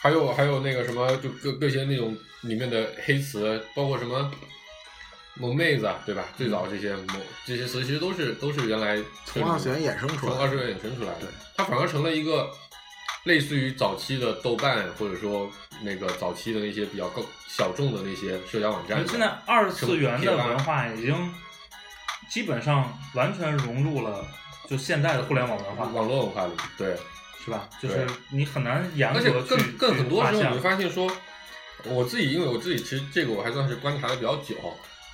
[SPEAKER 3] 还有还有那个什么，就各各些那种里面的黑词，包括什么萌妹子啊，对吧？最早这些萌这些词，其实都是都是原来
[SPEAKER 4] 从二次元衍生出
[SPEAKER 3] 从
[SPEAKER 4] 来
[SPEAKER 3] 二次
[SPEAKER 4] 的，
[SPEAKER 3] 元衍生出来的
[SPEAKER 4] 对，
[SPEAKER 3] 它反而成了一个类似于早期的豆瓣，或者说那个早期的那些比较更小众的那些社交网站。
[SPEAKER 2] 嗯现在二次元的文化已经基本上完全融入了就现代的互联网文化，
[SPEAKER 3] 网络文化里，对，
[SPEAKER 2] 是吧？就是
[SPEAKER 3] 对
[SPEAKER 2] 你很难严
[SPEAKER 3] 而且
[SPEAKER 2] 格去
[SPEAKER 3] 更更很多时候你会
[SPEAKER 2] 发
[SPEAKER 3] 发现说，我自己因为我自己其实这个我还算是观察的比较久，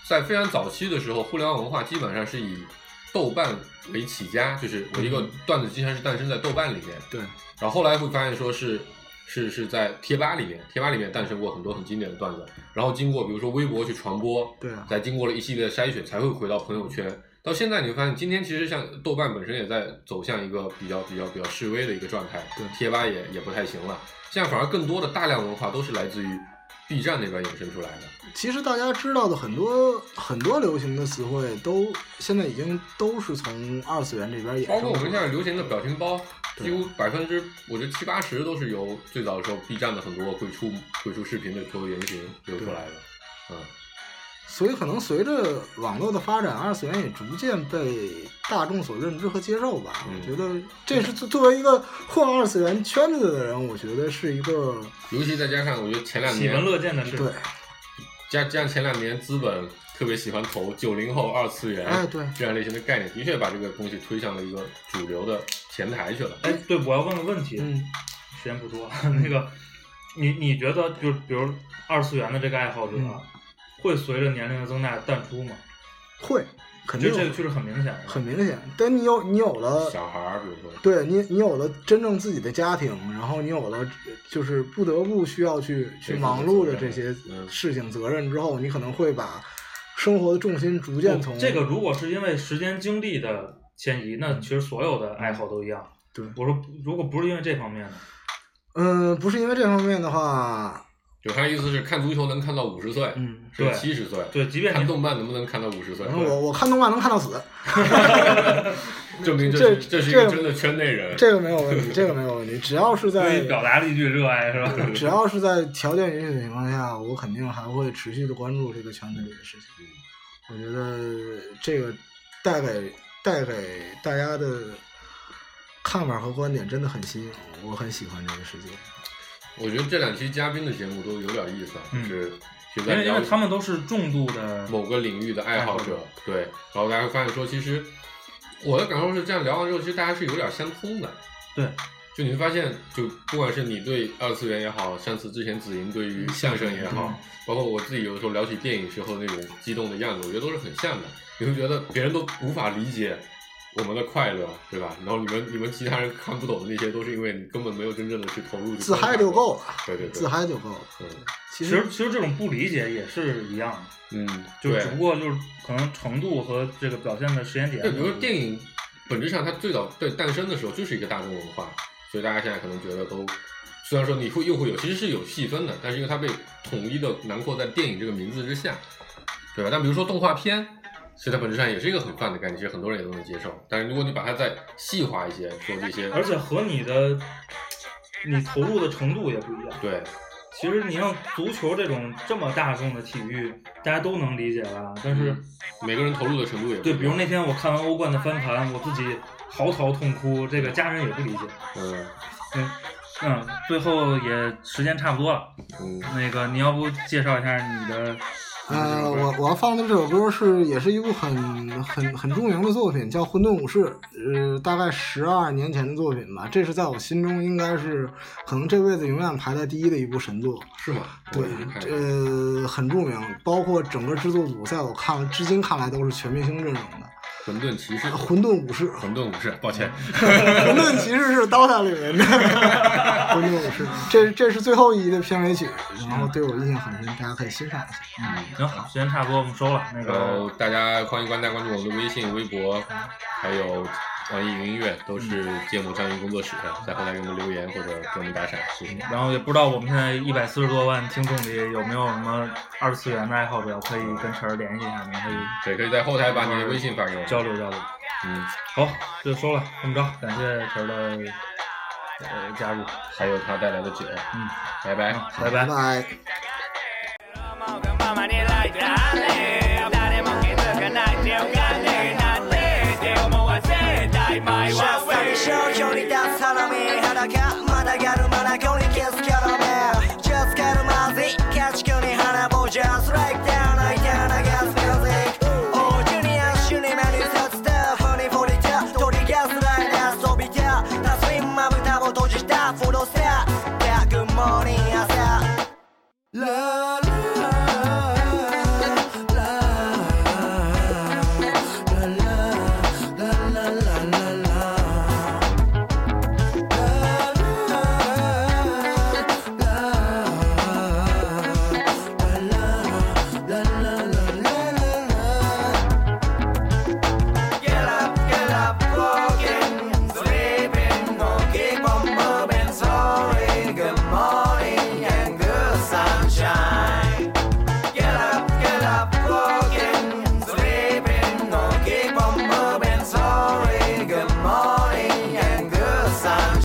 [SPEAKER 3] 在非常早期的时候，互联网文化基本上是以豆瓣为起家，就是我一个
[SPEAKER 2] 嗯
[SPEAKER 3] 段子经常是诞生在豆瓣里面，
[SPEAKER 4] 对，
[SPEAKER 3] 然后后来会发现说是是是在贴吧里面，贴吧里面诞生过很多很经典的段子，然后经过比如说微博去传播，
[SPEAKER 4] 对啊
[SPEAKER 3] 再经过了一系列的筛选，才会回到朋友圈，到现在你会发现，今天其实像豆瓣本身也在走向一个比较比较比较示威的一个状态，
[SPEAKER 4] 对
[SPEAKER 3] 贴吧也也不太行了。现在反而更多的大量文化都是来自于 B 站那边衍生出来的。
[SPEAKER 4] 其实大家知道的很多很多流行的词汇都，现在已经都是从二次元这边衍生出
[SPEAKER 3] 包
[SPEAKER 4] 来的。
[SPEAKER 3] 括我们现在流行的表情包，
[SPEAKER 4] 对
[SPEAKER 3] 几乎百分之我觉得七八十都是由最早的时候 B 站的很多会出会出视频的做原型流出来的。嗯，
[SPEAKER 4] 所以可能随着网络的发展，二次元也逐渐被大众所认知和接受吧。
[SPEAKER 3] 嗯
[SPEAKER 4] 我觉得这是作作为一个混二次元圈子的人，我觉得是一个
[SPEAKER 3] 尤其再加上我觉得前两
[SPEAKER 2] 喜闻
[SPEAKER 3] 年
[SPEAKER 2] 乐见的事。
[SPEAKER 4] 对，
[SPEAKER 3] 加加上前两年资本特别喜欢投九零后二次元，
[SPEAKER 2] 嗯
[SPEAKER 4] 哎对
[SPEAKER 3] 这样类型的概念，的确把这个东西推向了一个主流的前台去了。
[SPEAKER 2] 哎，对，我要问个问题，
[SPEAKER 4] 嗯，
[SPEAKER 2] 时间不多，那个，你你觉得就比如二次元的这个爱好者
[SPEAKER 4] 嗯
[SPEAKER 2] 啊，会随着年龄的增大淡出吗？
[SPEAKER 4] 会肯定
[SPEAKER 2] 就这个趋势很明显的，
[SPEAKER 4] 很明显。但你有你有
[SPEAKER 2] 呃
[SPEAKER 4] 了。
[SPEAKER 3] 小孩儿，比如说，
[SPEAKER 4] 对你，你有了真正自己的家庭，然后你有了就是不得不需要去去忙碌的这些
[SPEAKER 3] 嗯
[SPEAKER 4] 事情责任之后，你可能会把生活的重心逐渐从
[SPEAKER 2] 哦这个如果是因为时间精力的迁移，那其实所有的爱好都一样。
[SPEAKER 4] 嗯对
[SPEAKER 2] 我说如果不是因为这方面的，
[SPEAKER 4] 嗯、不是因为这方面的话，
[SPEAKER 3] 就他意思是看足球能看到五十岁，
[SPEAKER 4] 嗯，
[SPEAKER 3] 是
[SPEAKER 2] 对
[SPEAKER 3] 七十岁，
[SPEAKER 2] 对，即便
[SPEAKER 3] 看
[SPEAKER 2] 你
[SPEAKER 3] 动漫能不能看到五十岁
[SPEAKER 4] 反？正我我看动漫能看到死，
[SPEAKER 3] 证明
[SPEAKER 4] 这
[SPEAKER 3] 这是这是一
[SPEAKER 4] 这
[SPEAKER 3] 个真的圈内人。
[SPEAKER 4] 这个没有问题，这个没有问题，只要是
[SPEAKER 2] 对
[SPEAKER 4] 在嗯
[SPEAKER 2] 于表达了一句热爱是吧？
[SPEAKER 4] 只要是在条件允许的情况下，我肯定还会持续的关注这个圈子里的事情。我觉得这个带给带给大家的看法和观点真的很新颖，我很喜欢这个世界。
[SPEAKER 3] 我觉得这两期嘉宾的节目都有点意思啊，就
[SPEAKER 2] 嗯
[SPEAKER 3] 是就
[SPEAKER 2] (laughs) 因
[SPEAKER 3] 在
[SPEAKER 2] 为因
[SPEAKER 3] 聊
[SPEAKER 2] 为他们都是重度的，
[SPEAKER 3] 某个领域的爱好者
[SPEAKER 2] 爱好者，
[SPEAKER 3] 对，然后大家会发现说，其实我的感受是，这样聊完之后，其实大家是有点相通的。
[SPEAKER 2] 对，
[SPEAKER 3] 就你会发现，就不管是你对二次元也好，上次之前子莹对
[SPEAKER 4] 嗯
[SPEAKER 3] 于相声也好，包括我自己有的时候聊起电影时候那种激动的样子，我觉得都是很像的。你会觉得别人都无法理解我们的快乐，对吧？然后你们你们其他人看不懂的那些，都是因为你根本没有真正的去投入。
[SPEAKER 4] 自嗨就够。了，
[SPEAKER 3] 对对对。
[SPEAKER 4] 自。嗨就够了。
[SPEAKER 3] 嗯
[SPEAKER 4] 其
[SPEAKER 2] 其
[SPEAKER 4] 实
[SPEAKER 2] 实其实这种不理解也是一样的，
[SPEAKER 3] 嗯，
[SPEAKER 2] 就
[SPEAKER 3] 对
[SPEAKER 2] 只不过就是可能程度和这个表现的时间点。
[SPEAKER 3] 对，比如说电影，本质上它最早对诞生的时候就是一个大众文化，所以大家现在可能觉得都，虽然说你会又会有，其实是有细分的，但是因为它被统一的囊括在电影这个名字之下，对吧？但比如说动画片，其实它本质上也是一个很泛的概念，其实很多人也都能接受。但是如果你把它再细化一些，说这些，
[SPEAKER 2] 而且和你的你投入的程度也不一样。
[SPEAKER 3] 对，
[SPEAKER 2] 其实你像足球这种这么大众的体育，大家都能理解吧？但是，
[SPEAKER 3] 嗯每个人投入的程度也不
[SPEAKER 2] 对，
[SPEAKER 3] 一
[SPEAKER 2] 比如
[SPEAKER 3] 样
[SPEAKER 2] 那天我看完欧冠的翻盘，我自己嚎啕痛哭，这个家人也不理解。
[SPEAKER 3] 嗯
[SPEAKER 2] 嗯嗯，最后也时间差不多了，
[SPEAKER 3] 嗯，
[SPEAKER 2] 那个你要不介绍一下你的？嗯
[SPEAKER 4] 呃，我我要放的这首歌是也是一部很很很著名的作品，叫《混沌武士》，呃，大概十二年前的作品吧。这是在我心中应该是可能这辈子永远排在第一的一部神作。
[SPEAKER 3] 是吗？
[SPEAKER 4] 对
[SPEAKER 3] 我也去看，一下
[SPEAKER 4] 呃，很著名，包括整个制作组，在我看至今看来都是全明星阵容的。
[SPEAKER 3] 混沌骑士，
[SPEAKER 2] 啊
[SPEAKER 4] 混沌武士，
[SPEAKER 3] 混沌武士，抱歉，
[SPEAKER 2] 嗯
[SPEAKER 4] 混沌骑士是 DOTA 里面的混沌武士，这这是最后一集的片尾曲，然后对我印象很深，大家可以欣赏一下。
[SPEAKER 2] 行，好，时间差不多，我们收了。那
[SPEAKER 3] 然后
[SPEAKER 2] 个，
[SPEAKER 3] 大家欢迎关大家关注我们的微信、微博，还有网易云音乐，都是芥末章鱼工作室。在后台给我们留言或者给我们打赏，谢谢。
[SPEAKER 2] 然后也不知道我们现在一百四十多万听众里有没有什么二次元的爱好者，可以跟晨儿联系一下，你们可以
[SPEAKER 3] 对，可以在后台把你的微信发给我。
[SPEAKER 2] 交流交流。
[SPEAKER 3] 嗯，
[SPEAKER 2] 好，就收了，这么着，感谢晨儿的呃加入，
[SPEAKER 3] 还有他带来的酒，
[SPEAKER 2] 嗯，
[SPEAKER 3] 拜拜。
[SPEAKER 2] 拜拜
[SPEAKER 4] 拜。拜。
[SPEAKER 6] ママにライトあれ誰も気づかない手をかねなんてって思わせたい My
[SPEAKER 7] シャッ
[SPEAKER 6] One
[SPEAKER 7] ターに商標に出す花見裸